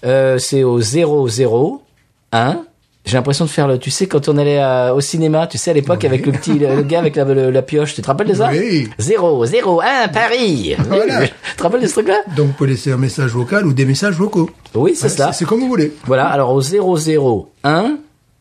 Speaker 2: Euh, c'est au 001. J'ai l'impression de faire le. Tu sais quand on allait à- au cinéma, tu sais à l'époque avec le petit le, le gars avec la, le- la pioche. Tu te rappelles de ça
Speaker 3: Oui.
Speaker 2: 001 Paris.
Speaker 3: Voilà.
Speaker 2: tu te rappelles de ce truc-là
Speaker 3: Donc, vous pouvez laisser un message vocal ou des messages vocaux.
Speaker 2: Oui, c'est
Speaker 3: Ouais,
Speaker 2: ça.
Speaker 3: C'est comme vous voulez.
Speaker 2: Voilà. Alors au 001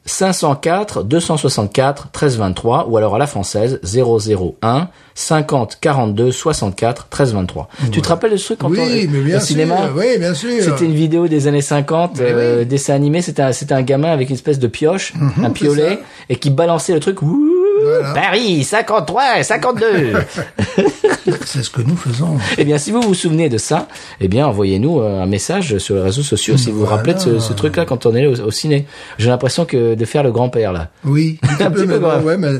Speaker 2: 504 264 1323 ou alors à la française 001 50 42 64 1323. Tu te rappelles de ce truc quand on
Speaker 3: oui, mais
Speaker 2: au
Speaker 3: bien sûr.
Speaker 2: cinéma
Speaker 3: Oui, bien sûr.
Speaker 2: C'était une vidéo des années 50, euh,
Speaker 3: oui. Mhm,
Speaker 2: dessin animé. C'était un, c'était un gamin avec une espèce de pioche, un piolet, et qui balançait le truc. Ouh,
Speaker 3: Voilà.
Speaker 2: Paris, 53, 52.
Speaker 3: C'est ce que nous faisons.
Speaker 2: eh bien, si vous vous souvenez de ça, eh bien, envoyez-nous euh, un message sur les réseaux sociaux si vous vous rappelez de ce, ce truc-là quand on est au, au ciné. J'ai l'impression que de faire le grand-père là.
Speaker 3: Oui, un petit peu,
Speaker 2: petit peu
Speaker 3: mais bon,
Speaker 2: grave.
Speaker 3: ouais, mais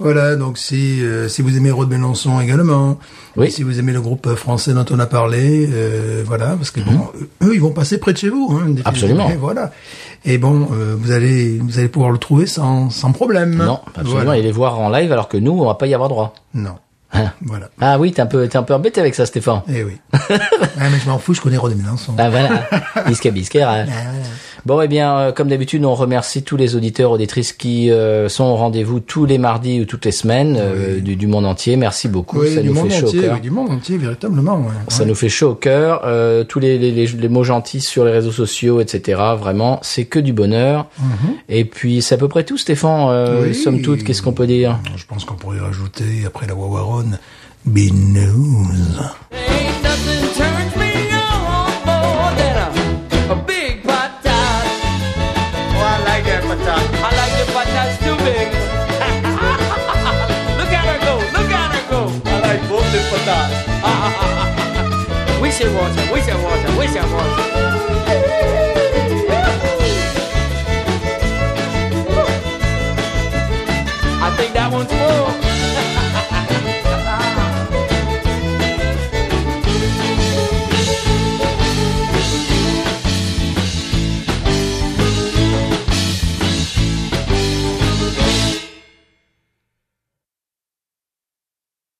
Speaker 3: voilà, donc si, euh, si vous aimez Rod Melançon également,
Speaker 2: Oui.
Speaker 3: si vous aimez le groupe euh, français dont on a parlé, euh, voilà, parce que bon, eux, ils vont passer près de chez vous. Hein,
Speaker 2: Mhm.
Speaker 3: définitivement.
Speaker 2: Absolument.
Speaker 3: Et voilà. Et bon, euh, vous allez vous allez pouvoir le trouver sans, sans problème.
Speaker 2: Non, absolument.
Speaker 3: Ah, Voilà.
Speaker 2: Et les voir en live alors que nous, on va pas y avoir droit.
Speaker 3: Non. Voilà.
Speaker 2: Ah oui, t'es un peu, t'es un peu embêté avec ça, Stéphane.
Speaker 3: Eh oui. ah, mais je m'en fous, je connais Rod Melançon.
Speaker 2: Ah voilà, bisca bisca.
Speaker 3: Ah,
Speaker 2: hein. Bon, eh bien, euh, comme d'habitude, on remercie tous les auditeurs, auditrices qui euh, sont au rendez-vous tous les mardis ou toutes les semaines euh, du, du monde entier. Merci beaucoup,
Speaker 3: Ah Oui,
Speaker 2: ça
Speaker 3: du
Speaker 2: nous fait
Speaker 3: monde
Speaker 2: chaud au
Speaker 3: entier,
Speaker 2: cœur.
Speaker 3: oui, du monde entier, véritablement. ouais.
Speaker 2: Ça nous fait chaud au cœur. Euh, tous les, les, les- les mots gentils sur les réseaux sociaux, etc. Vraiment, c'est que du bonheur. Et puis, c'est à peu près tout, Stéphane. Euh,
Speaker 3: Mhm. Oui.
Speaker 2: Somme toute, qu'est-ce qu'on peut dire
Speaker 3: Je pense qu'on pourrait rajouter, après la Wawaron, Be News.
Speaker 4: Ain't nothing turns me on more than a, a big patat. Oh, I like that patat. I like the patats too big. look at her go, look at her go. I like both the patats. we should watch her, we should watch her, we should watch her.